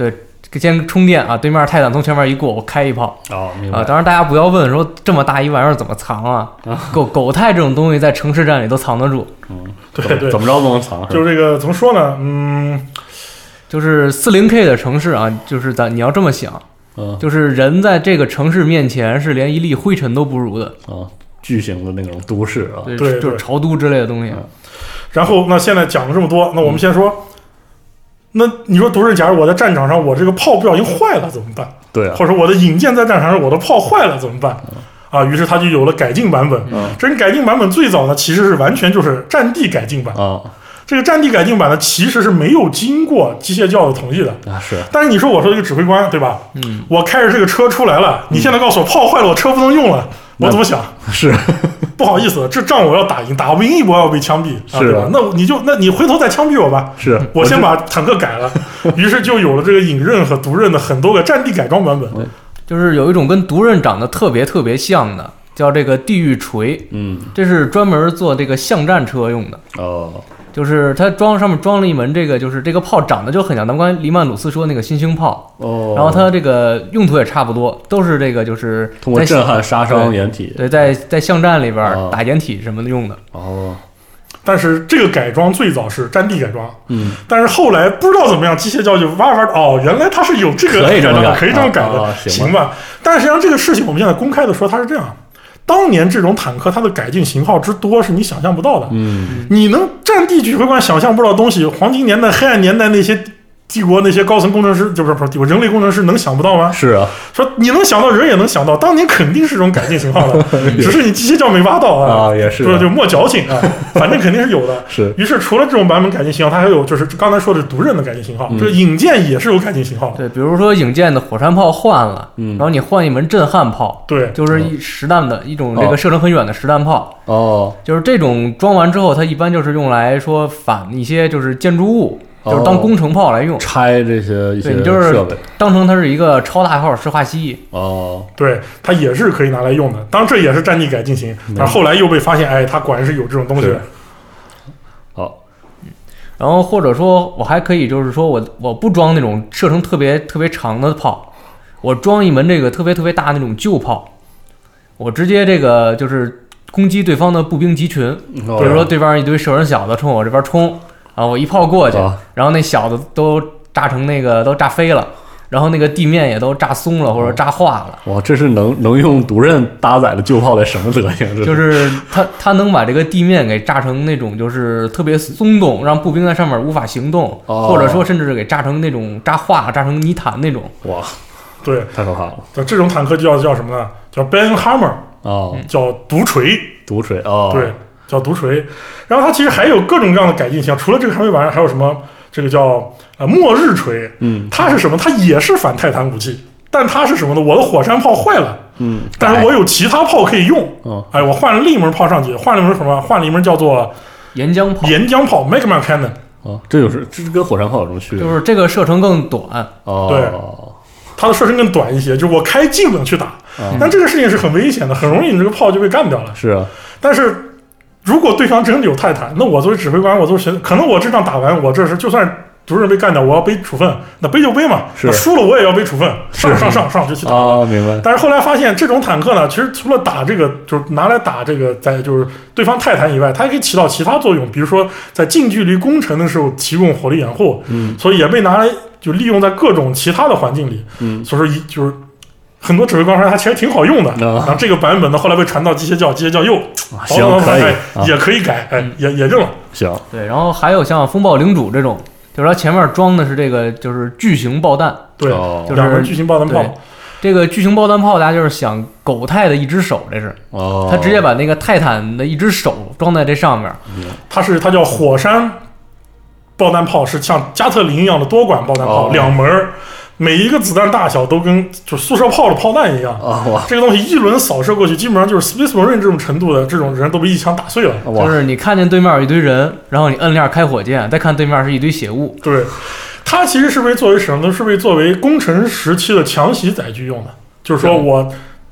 [SPEAKER 3] 先充电啊，对面泰坦从前面一过，我开一炮
[SPEAKER 1] 哦，明
[SPEAKER 3] 啊。
[SPEAKER 1] 白，
[SPEAKER 3] 当然大家不要问说这么大一玩意儿怎么藏啊，狗狗泰这种东西在城市战里都藏得住，
[SPEAKER 1] 嗯，
[SPEAKER 2] 对对
[SPEAKER 1] 怎，么着都能藏，
[SPEAKER 2] 就是这个怎么说呢？嗯，
[SPEAKER 3] 就是四零 K 的城市啊，就是咱你要这么想，
[SPEAKER 1] 嗯
[SPEAKER 3] 就是人在这个城市面前是连一粒灰尘都不如的，
[SPEAKER 1] 啊，巨型的那种都市啊，
[SPEAKER 3] 对
[SPEAKER 2] 对
[SPEAKER 3] 就是朝都之类的东西啊
[SPEAKER 1] 嗯。
[SPEAKER 2] 然后那现在讲了这么多，那我们先说，那你说独日，假如我在战场上我这个炮不小心坏了怎么办？
[SPEAKER 1] 对啊，
[SPEAKER 2] 或者说我的引箭在战场上我的炮坏了怎么办？啊，于是它就有了改进版本。
[SPEAKER 1] 嗯
[SPEAKER 2] 这个改进版本最早呢，其实是完全就是战地改进版。
[SPEAKER 1] 啊
[SPEAKER 2] 这个战地改进版呢，其实是没有经过机械教的同意的。
[SPEAKER 1] 啊是，
[SPEAKER 2] 但是你说我说这个指挥官对吧？
[SPEAKER 3] 嗯，
[SPEAKER 2] 我开着这个车出来了，你现在告诉我炮坏了，我车不能用了，
[SPEAKER 1] 那
[SPEAKER 2] 我怎么想？
[SPEAKER 1] 是
[SPEAKER 2] 不好意思，这仗我要打赢，打不赢一波要被枪毙，啊、
[SPEAKER 1] 是
[SPEAKER 2] 对吧
[SPEAKER 1] 啊？
[SPEAKER 2] 那你就那你回头再枪毙我吧，
[SPEAKER 1] 是，
[SPEAKER 2] 我先把坦克改了，于是就有了这个隐刃和毒刃的很多个战地改装版本。
[SPEAKER 3] 就是有一种跟毒刃长得特别特别像的，叫这个地狱锤，
[SPEAKER 1] 嗯
[SPEAKER 3] 这是专门做这个巷战车用的。
[SPEAKER 1] 哦
[SPEAKER 3] 就是它装上面装了一门这个，就是这个炮长得就很像咱们刚才黎曼鲁斯说那个新型炮，
[SPEAKER 1] 哦，
[SPEAKER 3] 然后它这个用途也差不多，都是这个就是
[SPEAKER 1] 通过
[SPEAKER 3] 在
[SPEAKER 1] 震撼杀伤掩体，
[SPEAKER 3] 对在在巷战里边
[SPEAKER 1] 哦
[SPEAKER 3] 儿打掩体什么的用的。
[SPEAKER 1] 哦，
[SPEAKER 2] 但是这个改装最早是战地改装，
[SPEAKER 1] 嗯，
[SPEAKER 2] 但是后来不知道怎么样，机械教就挖挖哦，原来它是有这个
[SPEAKER 1] 可以这么
[SPEAKER 2] 改装的
[SPEAKER 1] 改
[SPEAKER 2] 可以这么
[SPEAKER 1] 啊
[SPEAKER 2] 改的，
[SPEAKER 1] 啊行吧
[SPEAKER 2] 行吧？但是实际上这个事情，我们现在公开的说它是这样。当年这种坦克，它的改进型号之多是你想象不到的。
[SPEAKER 1] 嗯
[SPEAKER 2] 你能战地指挥官想象不到的东西，黄金年代、黑暗年代那些帝国那些高层工程师，就不是不是帝国人类工程师能想不 到吗？
[SPEAKER 1] 是啊，
[SPEAKER 2] 说你能想到，人也能 想到，当年肯定是这种改进型号的，只是你机械教没挖到啊。
[SPEAKER 1] 啊也是
[SPEAKER 2] 就
[SPEAKER 1] 啊
[SPEAKER 2] 就莫矫情啊，反正肯定是有的。
[SPEAKER 1] 是
[SPEAKER 2] 于是除了这种版本改进型号，它还有就是刚才说的毒刃的改进型号，
[SPEAKER 1] 嗯
[SPEAKER 2] 这个引荐也是有改进型号的。
[SPEAKER 3] 对，比如说影剑的火山炮换了，
[SPEAKER 1] 嗯
[SPEAKER 3] 然后你换一门震撼炮，
[SPEAKER 2] 对，
[SPEAKER 3] 就是一实弹的一种这
[SPEAKER 1] 哦
[SPEAKER 3] 个射程很远的实弹炮，
[SPEAKER 1] 哦
[SPEAKER 3] 就是这种装完之后，它一般就是用来说反一些就是建筑物，就是当
[SPEAKER 1] 哦
[SPEAKER 3] 工程炮来用，
[SPEAKER 1] 拆这些一些
[SPEAKER 3] 对你就是
[SPEAKER 1] 设备
[SPEAKER 3] 当成它是一个超大号石化机。
[SPEAKER 1] 哦
[SPEAKER 2] 对，它也是可以拿来用的。当然，这也是战地改进型，
[SPEAKER 1] 嗯
[SPEAKER 2] 但是后来又被发现，哎，它果然是有这种东西的。
[SPEAKER 1] 好哦
[SPEAKER 3] 然后或者说我还可以就是说我我不装那种射程特别特别长的炮，我装一门这个特别特别大那种旧炮，我直接这个就是攻击对方的步兵集群，
[SPEAKER 1] 哦
[SPEAKER 3] 比如说对方一堆射程小的冲我这边冲啊，我一炮过去
[SPEAKER 1] 啊，
[SPEAKER 3] 然后那小的都炸成那个都炸飞了，然后那个地面也都炸松了或者
[SPEAKER 1] 哦
[SPEAKER 3] 炸化了。
[SPEAKER 1] 哇，这是能能用毒刃搭载的旧炮得什么德行？ 这
[SPEAKER 3] 就是它，它能把这个地面给炸成那种就是特别松动，让步兵在上面无法行动，
[SPEAKER 1] 哦
[SPEAKER 3] 或者说甚至是给炸成那种炸化、炸成泥潭那种。
[SPEAKER 1] 哇，
[SPEAKER 2] 对，
[SPEAKER 1] 太可怕了
[SPEAKER 2] 那这种坦克就叫叫什么呢？叫 Ben Hammer，
[SPEAKER 1] 哦，
[SPEAKER 3] 嗯
[SPEAKER 2] 叫毒锤。
[SPEAKER 1] 毒锤哦，
[SPEAKER 2] 对，叫毒锤。然后它其实还有各种各样的改进型，除了这个还没完，还有什么这个叫呃末日锤，
[SPEAKER 1] 嗯
[SPEAKER 2] 它是什么？它也是反泰坦武器，但它是什么呢？我的火山炮坏了，
[SPEAKER 1] 嗯，
[SPEAKER 2] 但是我有其他炮可以用。
[SPEAKER 1] 哦
[SPEAKER 2] 哎，我换了另一门炮上去，换了一门什么？换了一门叫做
[SPEAKER 3] 岩 浆炮
[SPEAKER 2] 岩浆炮 （Magma Cannon）。
[SPEAKER 1] 哦，这就是这是跟火山炮有什么区别？
[SPEAKER 3] 就是这个射程更短，
[SPEAKER 1] 哦，
[SPEAKER 2] 它的射程更短一些，就是我开近了去打，
[SPEAKER 1] 嗯
[SPEAKER 2] 但这个事情是很危险的，很容易你这个炮就被干掉了。
[SPEAKER 1] 是啊，
[SPEAKER 2] 但是如果对方真的有泰坦，那我作为指挥官，我作为学，可能我这仗打完，我这是就算主任被干掉，我要背处分，那背就背嘛，
[SPEAKER 1] 是
[SPEAKER 2] 那输了我也要背处分，上上上上就去打。
[SPEAKER 1] 啊，明 白，
[SPEAKER 2] 但是后来发现，这种坦克呢，其实除了打这个，就是拿来打这个在就是对方泰坦以外，它还可以起到其他作用，比如说在近距离攻城的时候提供火力掩护，
[SPEAKER 1] 嗯
[SPEAKER 2] 所以也被拿来就利用在各种其他的环境里。
[SPEAKER 1] 嗯
[SPEAKER 2] 所以说一就是很多指挥官发现它其实挺好用的。然
[SPEAKER 1] 啊
[SPEAKER 2] 后这个版本呢，后来被传到机械教，机械教又
[SPEAKER 1] 行
[SPEAKER 2] 好好好
[SPEAKER 1] 可以
[SPEAKER 2] 哎
[SPEAKER 1] 啊
[SPEAKER 2] 也可以改，哎，也也认了。
[SPEAKER 1] 行，
[SPEAKER 3] 对，然后还有像风暴领主这种，就是它前面装的是这个就是巨型爆弹，
[SPEAKER 2] 对，
[SPEAKER 1] 哦
[SPEAKER 3] 就是
[SPEAKER 2] 两门巨型爆弹炮，
[SPEAKER 3] 这个巨型爆弹炮大家就是想狗泰的一只手，这是
[SPEAKER 1] 哦，
[SPEAKER 3] 他直接把那个泰坦的一只手装在这上面，
[SPEAKER 2] 它是它叫火山爆弹炮，是像加特林一样的多管爆弹炮，
[SPEAKER 1] 哦
[SPEAKER 2] 两门儿，每一个子弹大小都跟就是速射炮的炮弹一样。
[SPEAKER 1] 啊，我
[SPEAKER 2] 这个东西一轮扫射过去，基本上就是 Space Marine 这种程度的这种人都被一枪打碎了。
[SPEAKER 1] 我
[SPEAKER 3] 就是你看见对面有一堆人，然后你摁一下开火键，再看对面是一堆血雾，
[SPEAKER 2] 对，它其实是被作为什么呢？是被作为工程时期的强袭载具用的，就是说我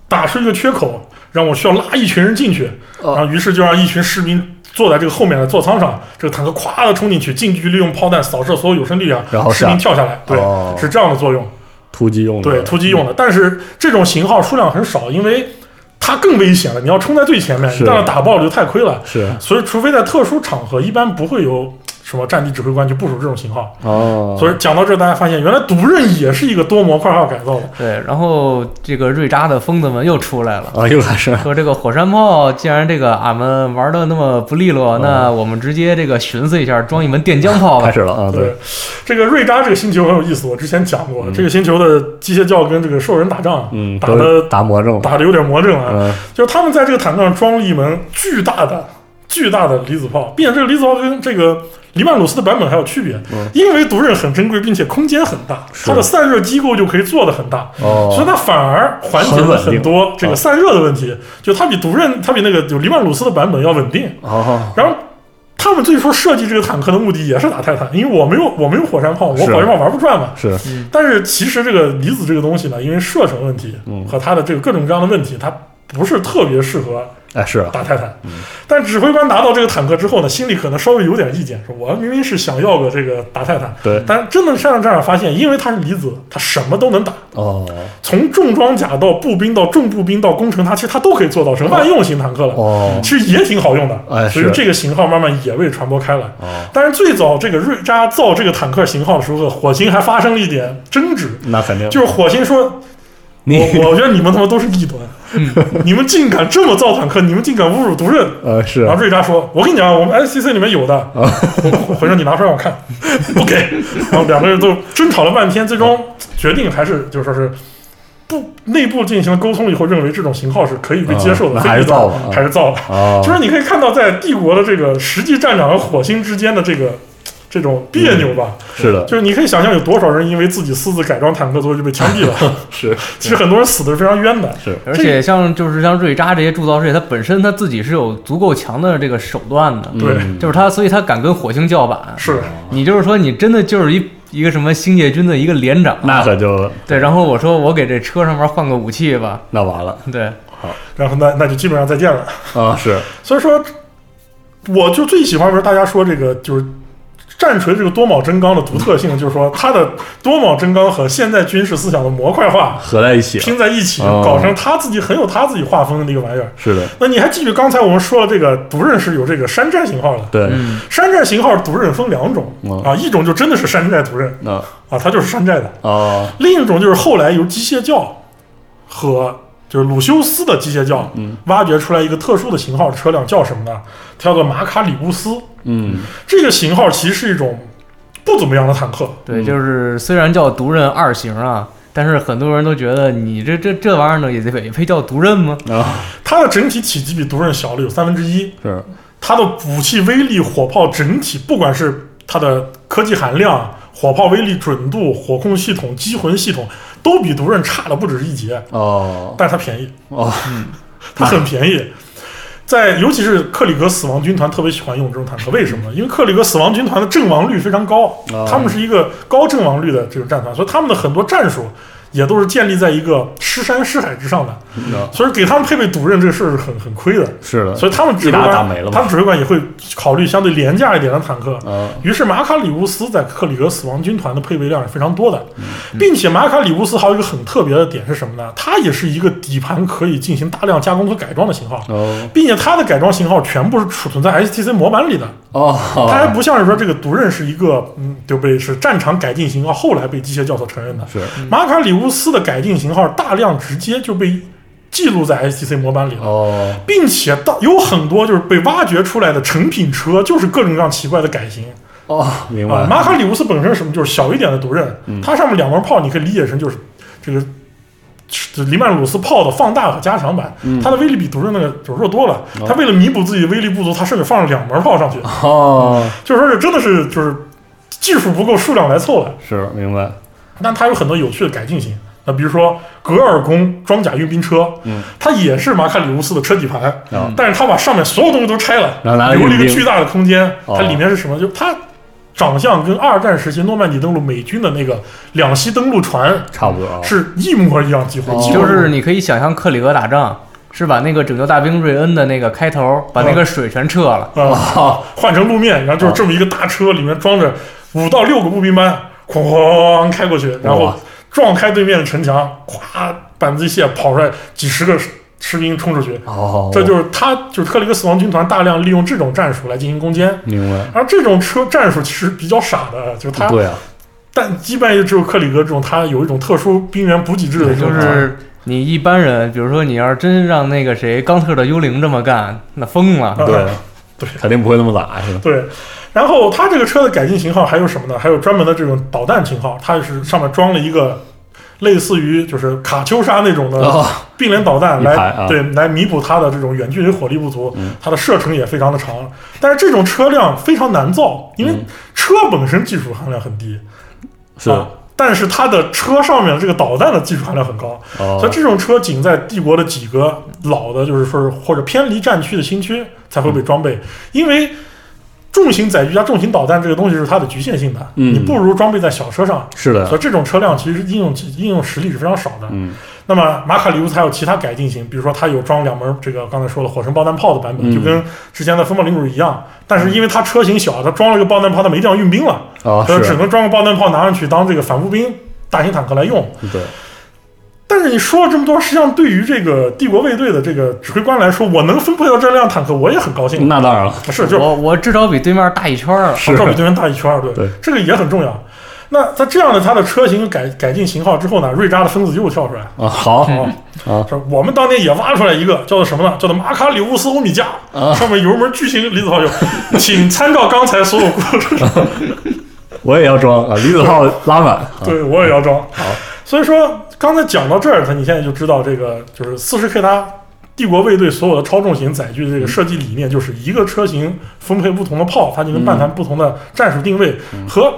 [SPEAKER 2] 打出一个缺口，让我需要拉一群人进去，
[SPEAKER 1] 哦
[SPEAKER 2] 然后于是就让一群士兵坐在这个后面的座舱上，这个坦克咵的冲进去，近距离用炮弹扫射所有有生力量，
[SPEAKER 1] 然后
[SPEAKER 2] 士
[SPEAKER 1] 下
[SPEAKER 2] 兵跳下来，对，
[SPEAKER 1] 哦
[SPEAKER 2] 是这样的作用，
[SPEAKER 1] 突击用的，
[SPEAKER 2] 对，突击用的。但是这种型号数量很少，因为它更危险了，你要冲在最前面，
[SPEAKER 1] 是
[SPEAKER 2] 你这样打爆了就太亏了。
[SPEAKER 1] 是
[SPEAKER 2] 所以，除非在特殊场合，一般不会有什么战地指挥官去部署这种型号。
[SPEAKER 1] 哦，
[SPEAKER 2] 所以讲到这儿，大家发现原来独刃也是一个多模块化改造
[SPEAKER 1] 啊
[SPEAKER 2] 的。
[SPEAKER 3] 对，然后这个瑞扎的疯子们又出来了。
[SPEAKER 1] 啊，又开 始
[SPEAKER 3] 说这个火山炮，既然这个俺们玩的那么不利落，那
[SPEAKER 1] 嗯
[SPEAKER 3] 我们直接这个寻思一下，装一门电浆炮
[SPEAKER 1] 开
[SPEAKER 3] 吧。
[SPEAKER 1] 始了啊，对，，
[SPEAKER 2] 这个瑞扎这个星球很有意思，我之前讲过，
[SPEAKER 1] 嗯
[SPEAKER 2] 这个星球的机械教跟这个兽人打仗，啊
[SPEAKER 1] 嗯，
[SPEAKER 2] 打
[SPEAKER 1] 都是
[SPEAKER 2] 的
[SPEAKER 1] 打魔怔了，
[SPEAKER 2] 打的有点魔怔啊，
[SPEAKER 1] 嗯，
[SPEAKER 2] 就是他们在这个坦克上装了一门巨大的。巨大的离子炮，并且这个离子炮跟这个黎曼鲁斯的版本还有区别，
[SPEAKER 1] 嗯
[SPEAKER 2] 因为毒刃很珍贵，并且空间很大，
[SPEAKER 1] 是
[SPEAKER 2] 它的散热机构就可以做的很大，所以
[SPEAKER 1] 哦，
[SPEAKER 2] 它反而缓解
[SPEAKER 1] 很
[SPEAKER 2] 了
[SPEAKER 1] 稳定
[SPEAKER 2] 很多这
[SPEAKER 1] 啊
[SPEAKER 2] 个散热的问题，就它比毒刃，它比那个就黎曼鲁斯的版本要稳定。
[SPEAKER 1] 哦，
[SPEAKER 2] 然后他们最初设计这个坦克的目的也是打泰坦，因为我没有我没有火山炮，我
[SPEAKER 1] 是
[SPEAKER 2] 火山炮玩不转嘛。
[SPEAKER 1] 是
[SPEAKER 2] 但是其实这个离子这个东西呢，因为射程问题
[SPEAKER 1] 嗯
[SPEAKER 2] 和它的这个各种各样的问题，它不是特别适合
[SPEAKER 1] 哎是啊，
[SPEAKER 2] 打泰坦。但指挥官拿到这个坦克之后呢，心里可能稍微有点意见，说我明明是想要个这个打泰坦，
[SPEAKER 1] 对，
[SPEAKER 2] 但真的上战场发现，因为它是离子，它什么都能打，
[SPEAKER 1] 哦
[SPEAKER 2] 从重装甲到步兵到重步兵到工程，它其实它都可以做到，成万用型坦克了。
[SPEAKER 1] 哦
[SPEAKER 2] 其实也挺好用的，
[SPEAKER 1] 哎
[SPEAKER 2] 所以
[SPEAKER 1] 是
[SPEAKER 2] 这个型号慢慢也被传播开来。
[SPEAKER 1] 哦，
[SPEAKER 2] 但是最早这个瑞扎造这个坦克型号的时候，火星还发生了一点争执，
[SPEAKER 1] 那肯定
[SPEAKER 2] 就是火 星说：“
[SPEAKER 1] 你
[SPEAKER 2] 我我觉得你们他妈都是异端，你们竟敢这么造坦克，你们竟敢侮辱毒刃。”
[SPEAKER 1] 呃嗯是哦
[SPEAKER 2] 然后瑞扎说：“我跟你讲，我们 SCC 里面有的，回回头你拿出来我 看。”不给，然后两个人都争吵了半天，最终决定还是就是说是不内部进行了沟通以后，认为这种型号是可以被接受的，
[SPEAKER 1] 啊那
[SPEAKER 2] 非
[SPEAKER 1] 还是
[SPEAKER 2] 异端
[SPEAKER 1] 造吧啊
[SPEAKER 2] 还是造了。
[SPEAKER 1] 哦，
[SPEAKER 2] 就是你可以看到，在帝国的这个实际战场和火星之间的这个这种别扭吧，
[SPEAKER 1] 是的，
[SPEAKER 2] 就是你可以想象有多少人因为自己私自改装坦克，最后就被枪毙了。
[SPEAKER 1] 是
[SPEAKER 2] 其实很多人死的是非常冤的。
[SPEAKER 1] 是
[SPEAKER 3] 而且像就是像瑞扎这些铸造师，他本身他自己是有足够强的这个手段的，
[SPEAKER 2] 对
[SPEAKER 1] 嗯
[SPEAKER 3] 就是他，所以他敢跟火星叫板。
[SPEAKER 2] 是，
[SPEAKER 3] 你就是说，你真的就是一一个什么星界军的一个连长，啊
[SPEAKER 1] 那可就
[SPEAKER 3] 对。然后我说我给这车上面换个武器吧，
[SPEAKER 1] 那完了
[SPEAKER 3] 对，
[SPEAKER 2] 然后那那就基本上再见了。
[SPEAKER 1] 啊是
[SPEAKER 2] 所以说，我就最喜欢不是大家说这个就是。战锤这个多铆真钢的独特性，就是说它的多铆真钢和现代军事思想的模块化
[SPEAKER 1] 合在一起了，
[SPEAKER 2] 拼在一起，
[SPEAKER 1] 哦
[SPEAKER 2] 搞成他自己很有他自己画风的一个玩意儿。
[SPEAKER 1] 是的，
[SPEAKER 2] 那你还记得刚才我们说了，这个独刃是有这个山寨型号的，
[SPEAKER 1] 对，
[SPEAKER 3] 嗯，
[SPEAKER 2] 山寨型号独刃分两种
[SPEAKER 1] 嗯
[SPEAKER 2] 啊，一种就真的是山寨独刃
[SPEAKER 1] 那
[SPEAKER 2] 啊，它就是山寨的；
[SPEAKER 1] 哦
[SPEAKER 2] 另一种就是后来由机械教和就是鲁修斯的机械教
[SPEAKER 1] 嗯
[SPEAKER 2] 挖掘出来一个特殊的型号车辆，叫什么呢？它叫做马卡里乌斯。
[SPEAKER 1] 嗯
[SPEAKER 2] 这个型号其实是一种不怎么样的坦克，
[SPEAKER 3] 对，
[SPEAKER 1] 嗯
[SPEAKER 3] 就是虽然叫独刃二型啊，但是很多人都觉得你这这这玩意儿呢，也得也配叫独刃吗？
[SPEAKER 1] 啊
[SPEAKER 2] 它的整体体积比独刃小了有三分之一，
[SPEAKER 1] 是
[SPEAKER 2] 它的武器威力、火炮整体，不管是它的科技含量、火炮威力准度、火控系统、机魂系统，都比独刃差了不止一截。
[SPEAKER 1] 哦
[SPEAKER 2] 但是它便宜，
[SPEAKER 1] 哦
[SPEAKER 2] 它很便宜。在尤其是克里格死亡军团特别喜欢用这种坦克，为什么呢？因为克里格死亡军团的阵亡率非常高
[SPEAKER 1] 哦，
[SPEAKER 2] 他们是一个高阵亡率的这种战团，所以他们的很多战术也都是建立在一个尸山尸海之上的，
[SPEAKER 1] 那
[SPEAKER 2] 所以给他们配备毒刃这个事儿是很很亏的。
[SPEAKER 1] 是的，
[SPEAKER 2] 所以他们指挥
[SPEAKER 1] 一打
[SPEAKER 2] 官
[SPEAKER 1] 打没了嘛
[SPEAKER 2] 他们指挥官也会考虑相对廉价一点的坦克。
[SPEAKER 1] 啊
[SPEAKER 2] 于是马卡里乌斯在克里格死亡军团的配备量是非常多的，并且马卡里乌斯还有一个很特别的点是什么呢？它也是一个底盘可以进行大量加工和改装的型号，
[SPEAKER 1] 哦
[SPEAKER 2] 并且它的改装型号全部是储存在 STC 模板里的，
[SPEAKER 1] 哦，
[SPEAKER 2] 它还不像是说这个独刃是一个嗯就被是战场改进型号，后来被机械教所承认的。
[SPEAKER 1] 是
[SPEAKER 2] 马卡里卢斯的改进型号大量直接就被记录在 STC 模板里了。
[SPEAKER 1] 哦，
[SPEAKER 2] 并且到有很多就是被挖掘出来的成品车，就是各种各样奇怪的改型
[SPEAKER 1] 哦，明白
[SPEAKER 2] 啊。
[SPEAKER 1] 了。
[SPEAKER 2] 马卡里乌斯本身什么就是小一点的独刃，它上面两门炮你可以理解成就是这个这黎曼鲁斯炮的放大和加强版，它的威力比独刃那个就弱多了。它为了弥补自己的威力不足，它甚至放了两门炮上去，
[SPEAKER 1] 哦，
[SPEAKER 2] 就是说这真的是就是技术不够，数量来凑了。
[SPEAKER 1] 是明白。
[SPEAKER 2] 但它有很多有趣的改进型。那比如说格尔宫装甲运兵车，
[SPEAKER 1] 嗯，
[SPEAKER 2] 它也是马卡里乌斯的车底盘，
[SPEAKER 1] 啊
[SPEAKER 2] 但是他把上面所有东西都拆了，
[SPEAKER 1] 然后拿来
[SPEAKER 2] 留了一
[SPEAKER 1] 运
[SPEAKER 2] 个
[SPEAKER 1] 兵
[SPEAKER 2] 巨大的空间。
[SPEAKER 1] 哦
[SPEAKER 2] 它里面是什么？就它长相跟二战时期诺曼底登陆美军的那个两栖登陆船
[SPEAKER 1] 差不多啊。
[SPEAKER 2] 是一模一样几乎
[SPEAKER 1] 哦，
[SPEAKER 2] 几乎
[SPEAKER 3] 就是你可以想象克里俄打仗是把那个拯救大兵瑞恩的那个开头，把那个水全撤了。
[SPEAKER 2] 啊
[SPEAKER 1] 哦，
[SPEAKER 2] 换成路面，然后就是这么一个大车，里面装着五到六个步兵班，哐哐开过去，然后
[SPEAKER 1] 哇
[SPEAKER 2] 撞开对面的城墙，咵板子一卸，跑出来几十个士兵冲出去。
[SPEAKER 1] 哦，
[SPEAKER 2] 这就是他，就是克里克死亡军团大量利用这种战术来进行攻坚。
[SPEAKER 1] 明白。
[SPEAKER 2] 而这种车战术其实比较傻的，就是他，
[SPEAKER 1] 对啊，
[SPEAKER 2] 但击败只有克里格这种，他有一种特殊兵员补给制
[SPEAKER 1] 哦
[SPEAKER 2] 的这种
[SPEAKER 3] 就
[SPEAKER 2] 玩法，
[SPEAKER 3] 是你一般人，比如说你要是真让那个谁冈特的幽灵这么干，那疯了。
[SPEAKER 2] 啊
[SPEAKER 1] 对
[SPEAKER 2] 对
[SPEAKER 1] 肯定不会那么懒是吧？
[SPEAKER 2] 对。然后它这个车的改进型号还有什么呢？还有专门的这种导弹型号，它是上面装了一个类似于就是卡秋莎那种的
[SPEAKER 1] 哦，
[SPEAKER 2] 并联导弹
[SPEAKER 1] 一
[SPEAKER 2] 来、
[SPEAKER 1] 排啊嗯
[SPEAKER 2] 对来弥补它的这种远距离火力不足，它的射程也非常的长。但是这种车辆非常难造，因为车本身技术含量很低，
[SPEAKER 1] 嗯是
[SPEAKER 2] 啊，但是它的车上面的这个导弹的技术含量很高。所以
[SPEAKER 1] 哦，
[SPEAKER 2] 这种车仅在帝国的几个老的，就是说是或者偏离战区的新区才会被装备，因为重型载具加重型导弹这个东西是它的局限性的，
[SPEAKER 1] 嗯
[SPEAKER 2] 你不如装备在小车上。
[SPEAKER 1] 是
[SPEAKER 2] 所
[SPEAKER 1] 的，
[SPEAKER 2] 以这种车辆其实应用应用实力是非常少的。
[SPEAKER 1] 嗯，
[SPEAKER 2] 那么马卡里乌斯还有其他改进型，比如说它有装两门这个刚才说的火神爆弹炮的版本，
[SPEAKER 1] 嗯
[SPEAKER 2] 就跟之前的风暴领主一样。但是因为它车型小，它装了一个爆弹炮，它没地方运兵了，
[SPEAKER 1] 哦，
[SPEAKER 2] 它只
[SPEAKER 1] 是，
[SPEAKER 2] 能装个爆弹炮拿上去当这个反步兵大型坦克来用。
[SPEAKER 1] 对，
[SPEAKER 2] 但是你说了这么多，实际上对于这个帝国卫队的这个指挥官来说，我能分配到这辆坦克，我也很高兴。
[SPEAKER 1] 那当然了，
[SPEAKER 2] 不是，就是
[SPEAKER 3] 我我至少比对面大一圈儿了。
[SPEAKER 1] 是
[SPEAKER 2] 照比对面大一圈儿，对，
[SPEAKER 1] 对
[SPEAKER 2] 这个也很重要。那在这样的它的车型改改进型号之后呢，瑞扎的分子又跳出来，
[SPEAKER 1] 啊，好，
[SPEAKER 2] 嗯说我们当年也挖出来一个叫做什么呢？叫做马卡里乌斯欧米加，上面油门巨型离子炮就，请参照刚才所有故事。
[SPEAKER 1] 我也要装啊，李子浩拉满，啊
[SPEAKER 2] 对我也要装。好，所以说刚才讲到这儿，他你现在就知道这个就是四十 K 它帝国卫队所有的超重型载具的这个设计理念，就是一个车型分配不同的炮，它就能办谈不同的战术定位、和。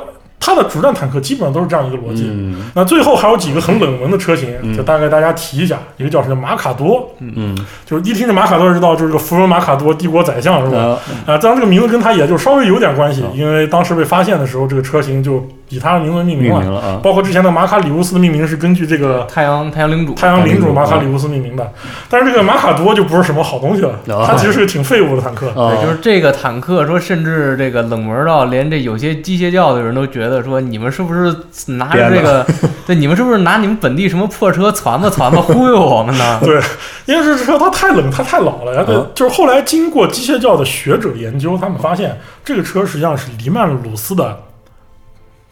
[SPEAKER 2] 它的主战坦克基本上都是这样一个逻辑。
[SPEAKER 1] 嗯
[SPEAKER 2] 那最后还有几个很冷门的车型，就大概大家提一下。一个叫什么马卡多，
[SPEAKER 1] 嗯，
[SPEAKER 2] 就是一听这马卡多就知道，就是这个芙蓉马卡多帝国宰相是吧？
[SPEAKER 1] 呃，
[SPEAKER 2] 啊，当然这个名字跟他也就稍微有点关
[SPEAKER 1] 嗯
[SPEAKER 2] 系，因为当时被发现的时候，这个车型就以他的名字命
[SPEAKER 1] 命
[SPEAKER 2] 名了
[SPEAKER 1] 名。了啊，
[SPEAKER 2] 包括之前的马卡里乌斯的命名是根据这个
[SPEAKER 3] 太阳太阳领主，
[SPEAKER 2] 太阳领
[SPEAKER 1] 太阳领
[SPEAKER 2] 主
[SPEAKER 1] 主
[SPEAKER 2] 马卡里乌斯命名的，但是这个马卡多就不是什么好东西了，
[SPEAKER 1] 哦
[SPEAKER 2] 它其实是个挺废物的坦克。
[SPEAKER 3] 对，就是
[SPEAKER 1] 啊，
[SPEAKER 3] 这个坦克说，甚至这个冷门到连这有些机械教的人都觉得说，你们是不是拿着这个， 对，你们是不是拿你们本地什么破车攒吧攒吧忽悠我 们呢？
[SPEAKER 2] 对，因为这车它太冷，它太老了呀。对
[SPEAKER 1] 嗯，
[SPEAKER 2] 就是后来经过机械教的学者研究，他们发现这个车实际上是黎曼鲁斯的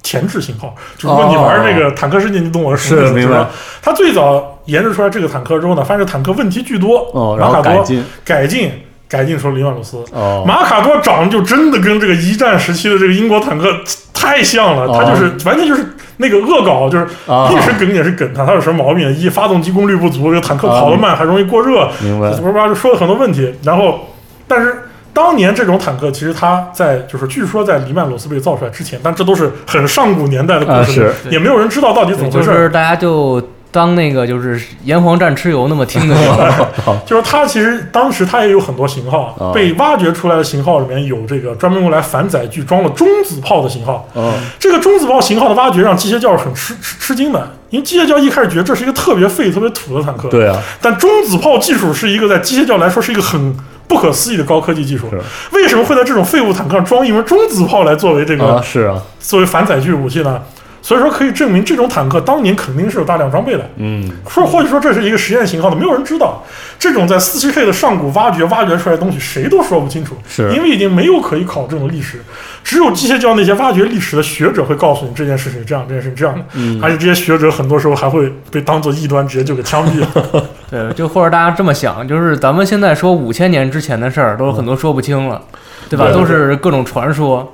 [SPEAKER 2] 前置型号。就如果你玩这个坦克世界，你懂我什么意思？
[SPEAKER 1] 哦是明
[SPEAKER 2] 就是
[SPEAKER 1] 白
[SPEAKER 2] 说它最早研制出来这个坦克之后呢，发现坦克问题巨多，
[SPEAKER 1] 哦，然
[SPEAKER 2] 马
[SPEAKER 1] 后
[SPEAKER 2] 卡
[SPEAKER 1] 改
[SPEAKER 2] 多
[SPEAKER 1] 进，
[SPEAKER 2] 改进改进出了黎曼鲁斯。
[SPEAKER 1] 哦，
[SPEAKER 2] 马卡多长得就真的跟这个一战时期的这个英国坦克太像了，
[SPEAKER 1] 哦
[SPEAKER 2] 他就是完全就是那个恶搞，就是
[SPEAKER 1] 啊
[SPEAKER 2] 历史梗也是梗他，他有什么毛病？一发动机功率不足，这个坦克跑得慢，还容易过热，
[SPEAKER 1] 哦明白
[SPEAKER 2] 叭，叭叭就说了很多问题。然后，但是当年这种坦克其实它在就是据说在黎曼鲁斯被造出来之前，但这都是很上古年代的
[SPEAKER 1] 啊
[SPEAKER 2] 故事，
[SPEAKER 1] 是
[SPEAKER 2] 也没有人知道到底怎
[SPEAKER 3] 对
[SPEAKER 2] 么
[SPEAKER 3] 就
[SPEAKER 2] 回事儿。
[SPEAKER 3] 是大家就当那个就是炎黄战蚩尤那么听就行了。
[SPEAKER 2] 就是它其实当时它也有很多型号，
[SPEAKER 1] 哦
[SPEAKER 2] 被挖掘出来的型号里面有这个专门用来反载具装了中子炮的型号，
[SPEAKER 1] 哦，
[SPEAKER 2] 这个中子炮型号的挖掘让机械教是很吃吃吃惊的，因为机械教一开始觉得这是一个特别废、特别土的坦克。。
[SPEAKER 1] 对啊，
[SPEAKER 2] 但中子炮技术是一个在机械教来说是一个很不可思议的高科技技术
[SPEAKER 1] 是。
[SPEAKER 2] 为什么会在这种废物坦克上装一门中子炮来作为这个、
[SPEAKER 1] 啊是啊，
[SPEAKER 2] 作为反载具武器呢？所以说可以证明这种坦克当年肯定是有大量装备的。
[SPEAKER 1] 嗯，
[SPEAKER 2] 说或者说这是一个实验型号的，没有人知道这种在 47K 的上古挖掘挖掘出来的东西，谁都说不清楚，
[SPEAKER 1] 是
[SPEAKER 2] 因为已经没有可以考证的历史，只有机械教那些挖掘历史的学者会告诉你这件事情是这样，这件事情是这样的，
[SPEAKER 1] 嗯
[SPEAKER 2] 而且这些学者很多时候还会被当做异端，直接就给枪毙了。
[SPEAKER 3] 对，就或者大家这么想，就是咱们现在说五千年之前的事儿，都有很多说不清了，对吧？
[SPEAKER 2] 对对
[SPEAKER 3] 都是各种传说。
[SPEAKER 1] 啊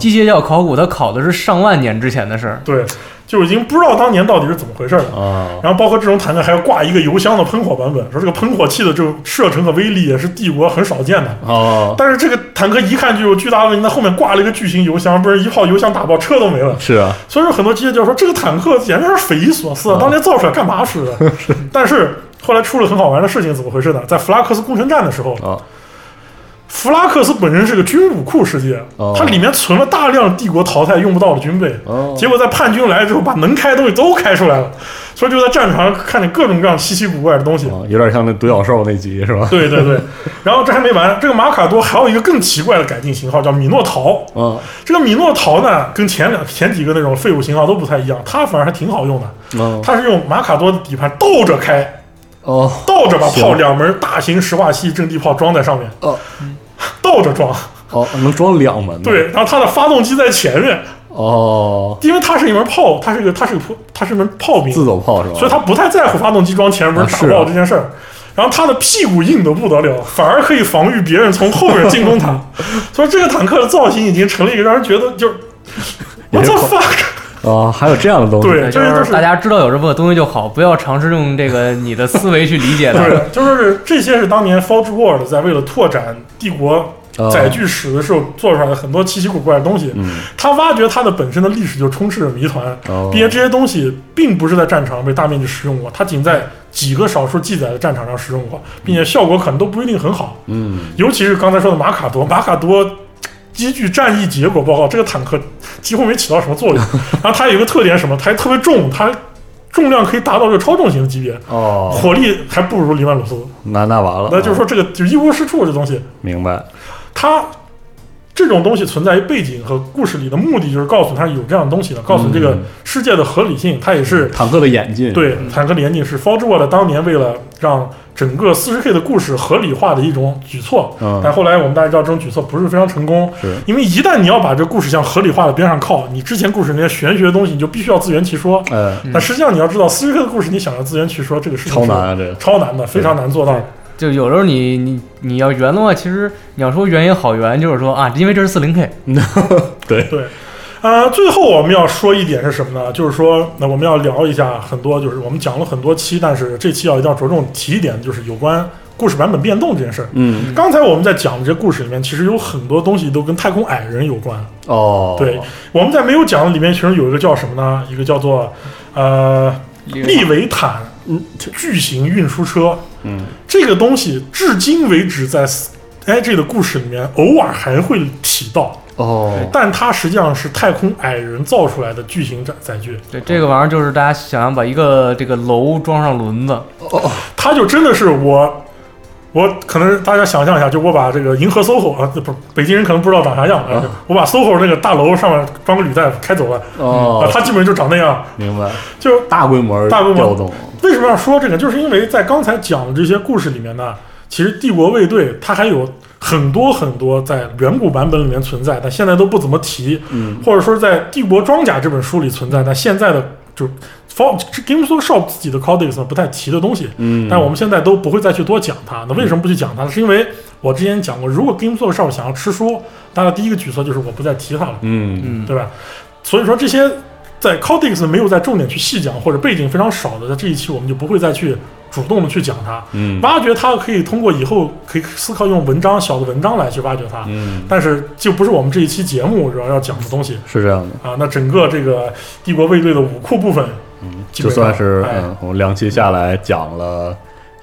[SPEAKER 3] 机械教考古它考的是上万年之前的事儿，
[SPEAKER 2] 对，就已经不知道当年到底是怎么回事了。
[SPEAKER 1] 啊，
[SPEAKER 2] 然后包括这种坦克还要挂一个油箱的喷火版本，说这个喷火器的这种射程和威力也是帝国很少见的。
[SPEAKER 1] 哦，
[SPEAKER 2] 但是这个坦克一看就有巨大的问题，那后面挂了一个巨型油箱，不是一炮油箱打爆，车都没了。
[SPEAKER 1] 是啊，
[SPEAKER 2] 所以说很多机械教说这个坦克简直是匪夷所思，
[SPEAKER 1] 啊
[SPEAKER 2] 啊，当年造出来干嘛使 的？但是后来出了很好玩的事情，怎么回事呢？在弗拉克斯工程战的时候，
[SPEAKER 1] 啊，
[SPEAKER 2] 弗拉克斯本身是个军武库世界
[SPEAKER 1] 哦，
[SPEAKER 2] 它里面存了大量帝国淘汰用不到的军备。
[SPEAKER 1] 哦，
[SPEAKER 2] 结果在叛军来之后，把能开的东西都开出来了，所以就在战场上看见各种各样稀奇古怪的东西。
[SPEAKER 1] 啊有点像那独角兽那集是吧？
[SPEAKER 2] 对对对，然后这还没完，这个马卡多还有一个更奇怪的改进型号，叫米诺陶。
[SPEAKER 1] 啊
[SPEAKER 2] 这个米诺陶呢，跟前两前几个那种废物型号都不太一样，它反而还挺好用的。
[SPEAKER 1] 啊
[SPEAKER 2] 它是用马卡多的底盘倒着开，
[SPEAKER 1] 哦
[SPEAKER 2] 倒着把炮
[SPEAKER 1] 行
[SPEAKER 2] 两门大型石化系阵地炮装在上面，
[SPEAKER 1] 哦
[SPEAKER 2] 倒着装。
[SPEAKER 1] 哦，能装两门的
[SPEAKER 2] 对，然后它的发动机在前面，
[SPEAKER 1] 哦，
[SPEAKER 2] 因为它是一门炮，它是一个它是个它是一门炮兵，
[SPEAKER 1] 自走炮是吧？
[SPEAKER 2] 所以他不太在乎发动机装前门
[SPEAKER 1] 啊
[SPEAKER 2] 打
[SPEAKER 1] 是啊
[SPEAKER 2] 爆这件事儿。然后他的屁股硬得不得了，反而可以防御别人从后面进攻他。 所以这个坦克的造型已经成了一个让人觉得就是。我
[SPEAKER 1] 也是
[SPEAKER 2] 操
[SPEAKER 1] 恐
[SPEAKER 2] fuck！
[SPEAKER 1] 啊，还有这样的东西，
[SPEAKER 2] 对
[SPEAKER 3] 就
[SPEAKER 2] 这些都
[SPEAKER 3] 是
[SPEAKER 2] 是
[SPEAKER 3] 大家知道有这么个东西就好，不要尝试用这个你的思维去理解它。
[SPEAKER 2] 对，就说是这些是当年 Forge World 在为了拓展帝国
[SPEAKER 1] 啊
[SPEAKER 2] 载具史的时候做出来的很多稀奇古怪的东西。
[SPEAKER 1] 嗯，
[SPEAKER 2] 他挖掘它的本身的历史就充斥着谜团，
[SPEAKER 1] 哦
[SPEAKER 2] 并且这些东西并不是在战场上被大面积使用过，它仅在几个少数记载的战场上使用过，并且效果可能都不一定很好。
[SPEAKER 1] 嗯
[SPEAKER 2] 尤其是刚才说的马卡多，马卡多依据战役结果报告，这个坦克几乎没起到什么作用。然后它有一个特点是什么？它还特别重，它重量可以达到这个超重型的级别，
[SPEAKER 1] 哦，
[SPEAKER 2] 火力还不如黎曼鲁斯。
[SPEAKER 1] 那那完了，
[SPEAKER 2] 那就是说，这个就是一无是处这东西，
[SPEAKER 1] 明白
[SPEAKER 2] 它。这种东西存在于背景和故事里的目的，就是告诉他有这样的东西的，告诉这个
[SPEAKER 1] 嗯
[SPEAKER 2] 世界的合理性。它也是
[SPEAKER 1] 坦克的演进，
[SPEAKER 2] 对，坦克联进是 Forge World 当年为了让整个 40K 的故事合理化的一种举措，
[SPEAKER 1] 嗯
[SPEAKER 2] 但后来我们大家知道这种举措不是非常成功，
[SPEAKER 1] 是
[SPEAKER 2] 因为一旦你要把这个故事向合理化的边上靠，你之前故事那些玄学的东西你就必须要自圆其说。
[SPEAKER 1] 呃，
[SPEAKER 2] 但实际上你要知道，40K 的故事你想要自圆其说，这个事情
[SPEAKER 1] 超
[SPEAKER 2] 是
[SPEAKER 1] 难啊，这个
[SPEAKER 2] 超难的，非常难做到的。
[SPEAKER 3] 就有时候你你你要圆的话，其实你要说圆也好圆，就是说啊，因为这是四零 K，
[SPEAKER 2] 对，呃，最后我们要说一点是什么呢？就是说，那我们要聊一下很多，就是我们讲了很多期，但是这期要一定要着重提一点，就是有关故事版本变动这件事儿。
[SPEAKER 1] 嗯
[SPEAKER 2] 刚才我们在讲的这故事里面，其实有很多东西都跟太空矮人有关。
[SPEAKER 1] 哦，
[SPEAKER 2] 对，我们在没有讲的里面，其实有一个叫什么呢？一个叫做呃利维坦
[SPEAKER 1] 嗯
[SPEAKER 2] 巨型运输车。
[SPEAKER 1] 嗯，
[SPEAKER 2] 这个东西至今为止在 IG 的故事里面偶尔还会提到，
[SPEAKER 1] 哦，
[SPEAKER 2] 但它实际上是太空矮人造出来的巨型载载具，
[SPEAKER 3] 对这个玩意儿就是大家想要把一个这个楼装上轮子，
[SPEAKER 2] 它就真的是我。我可能大家想象一下，就我把这个银河 SOHO 啊，不，北京人可能不知道长啥样啊，
[SPEAKER 1] 啊
[SPEAKER 2] 我把 SOHO 那个大楼上面装个履带开走了，啊，
[SPEAKER 1] 哦，
[SPEAKER 2] 它基本就长那样。
[SPEAKER 1] 明白，
[SPEAKER 2] 就
[SPEAKER 1] 大规模
[SPEAKER 2] 大规模
[SPEAKER 1] 调动，
[SPEAKER 2] 为什么要说这个，就是因为在刚才讲的这些故事里面呢，其实帝国卫队它还有很多很多在远古版本里面存在，但现在都不怎么提，
[SPEAKER 1] 嗯
[SPEAKER 2] 或者说在《帝国装甲》这本书里存在，但现在的就是 For Games Workshop 自己的 Codex 呢不太提的东西。
[SPEAKER 1] 嗯，
[SPEAKER 2] 但我们现在都不会再去多讲它。那为什么不去讲它呢？是因为我之前讲过，如果 Games Workshop 想要吃书，它的第一个举措就是我不再提它了。
[SPEAKER 1] 嗯
[SPEAKER 3] 嗯，
[SPEAKER 2] 对吧？所以说这些在 Codex 没有在重点去细讲或者背景非常少的，在这一期我们就不会再去主动的去讲它。
[SPEAKER 1] 嗯
[SPEAKER 2] 挖掘它可以通过以后可以思考用文章小的文章来去挖掘它，
[SPEAKER 1] 嗯，
[SPEAKER 2] 但是就不是我们这一期节目主要要讲的东西
[SPEAKER 1] 是这样的。
[SPEAKER 2] 啊。那整个这个帝国卫队的武库部分，基
[SPEAKER 1] 就
[SPEAKER 2] 本上
[SPEAKER 1] 算是
[SPEAKER 2] 哎
[SPEAKER 1] 嗯，我们两期下来讲了，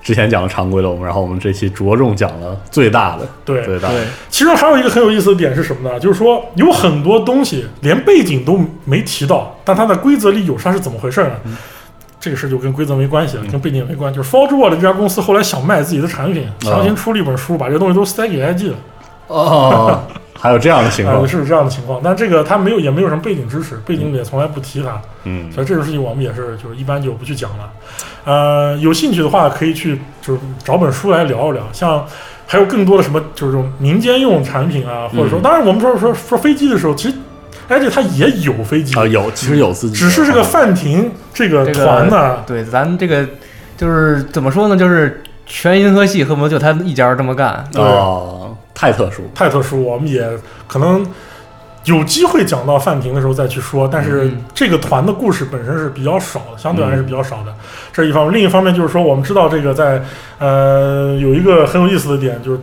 [SPEAKER 1] 之前讲了常规龙，然后我们这期着重讲了最大的，
[SPEAKER 2] 对
[SPEAKER 1] 最大的
[SPEAKER 3] 对，
[SPEAKER 2] 其实还有一个很有意思的点是什么呢？就是说有很多东西连背景都没提到，但它在规则里有，它是怎么回事呢？这个事就跟规则没关系了，跟背景也没关系。就是 Forge World 这家公司后来想卖自己的产品，强行出了一本书，把这个东西都塞给 IG 了。
[SPEAKER 1] 哦，还有这样的情
[SPEAKER 2] 啊，
[SPEAKER 1] 况，
[SPEAKER 2] 是这样的情况。但这个他没有，也没有什么背景支持，背景也从来不提他，
[SPEAKER 1] 嗯
[SPEAKER 2] 所以这种事情我们也是就是一般就不去讲了。呃，有兴趣的话可以去就是找本书来聊一聊，像还有更多的什么就是这种民间用产品啊，或者说，
[SPEAKER 1] 嗯
[SPEAKER 2] 当然我们说说说飞机的时候，其实哎这它也有飞机，
[SPEAKER 1] 啊，有哦其实有自己的，
[SPEAKER 2] 只是这个范婷这个
[SPEAKER 3] 这个
[SPEAKER 2] 团呢，
[SPEAKER 3] 对，咱这个就是怎么说呢？就是全银河系恨不得就他一家这么干。
[SPEAKER 1] 哦，太特殊，
[SPEAKER 2] 太特殊，我们也可能有机会讲到范婷的时候再去说。但是
[SPEAKER 3] 嗯
[SPEAKER 2] 这个团的故事本身是比较少的，相对
[SPEAKER 1] 嗯
[SPEAKER 2] 来说是比较少的。这是一方面，另一方面就是说，我们知道这个在呃有一个很有意思的点，就是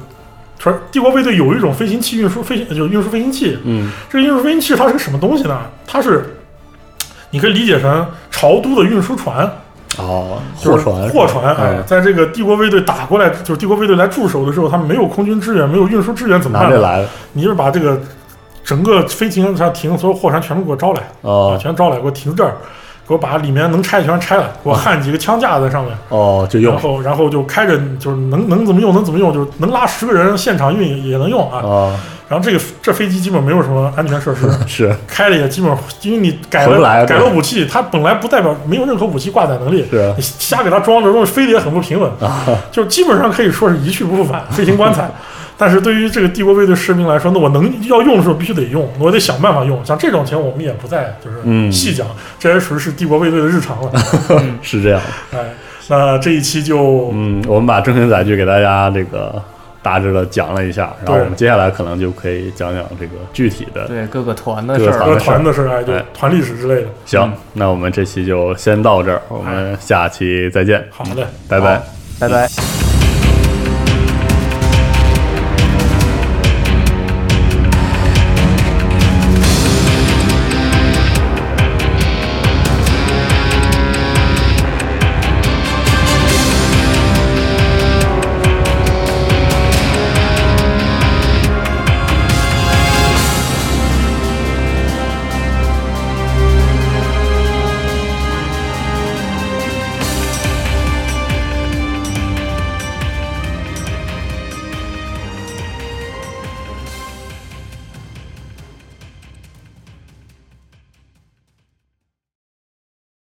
[SPEAKER 2] 传帝国卫队有一种飞行器运输飞行，就是运输飞行器。
[SPEAKER 1] 嗯
[SPEAKER 2] 这个运输飞行器它是个什么东西呢？它是你可以理解成朝都的运输船，
[SPEAKER 1] 哦，
[SPEAKER 2] 就
[SPEAKER 1] 货
[SPEAKER 2] 是
[SPEAKER 1] 船
[SPEAKER 2] 货船，哎，
[SPEAKER 1] 嗯
[SPEAKER 2] 在这个帝国卫队打过来，就是帝国卫队来驻守的时候，他们没有空军支援，没有运输支援，怎么
[SPEAKER 1] 拿
[SPEAKER 2] 办
[SPEAKER 1] 这
[SPEAKER 2] 呢？
[SPEAKER 1] 来的
[SPEAKER 2] 你就是把这个整个飞行上停的所有货船全部给我招来啊，
[SPEAKER 1] 哦
[SPEAKER 2] 全招来，给我停这儿，给我把里面能拆的全拆了，给我焊几个枪架在上面，
[SPEAKER 1] 哦，就用
[SPEAKER 2] 然后然后就开着，就是能能怎么用能怎么用，就是能拉十个人现场运也也能用啊。
[SPEAKER 1] 哦，
[SPEAKER 2] 然后这个这飞机基本没有什么安全设施，
[SPEAKER 1] 是
[SPEAKER 2] 开了也基本因为你改
[SPEAKER 1] 回不
[SPEAKER 2] 了
[SPEAKER 1] 来了
[SPEAKER 2] 改了武器，它本来不代表没有任何武器挂载能力，
[SPEAKER 1] 是啊
[SPEAKER 2] 你瞎给它装着东西飞得也很不平稳，就基本上可以说是一去不复返，飞行 棺材。但是对于这个帝国卫队士兵来说，那我能要用的时候必须得用，我得想办法用。像这种情况，我们也不再就是
[SPEAKER 1] 嗯
[SPEAKER 2] 细讲，这也属于是帝国卫队的日 常了。
[SPEAKER 1] 是这样，
[SPEAKER 2] 哎，那这一期就
[SPEAKER 1] 嗯，我们把正经载具给大家这个大致的讲了一下，然后
[SPEAKER 2] 对
[SPEAKER 1] 我们接下来可能就可以讲讲这个具体的
[SPEAKER 3] 对各个团的
[SPEAKER 1] 各个
[SPEAKER 3] 事儿
[SPEAKER 1] 团
[SPEAKER 2] 和
[SPEAKER 1] 的事
[SPEAKER 2] 团的事儿，哎，就
[SPEAKER 1] 哎
[SPEAKER 2] 团历史之类的。
[SPEAKER 1] 行
[SPEAKER 3] 嗯，
[SPEAKER 1] 那我们这期就先到这儿，我们下期再见，
[SPEAKER 2] 好的。
[SPEAKER 1] 拜拜。
[SPEAKER 3] 拜拜。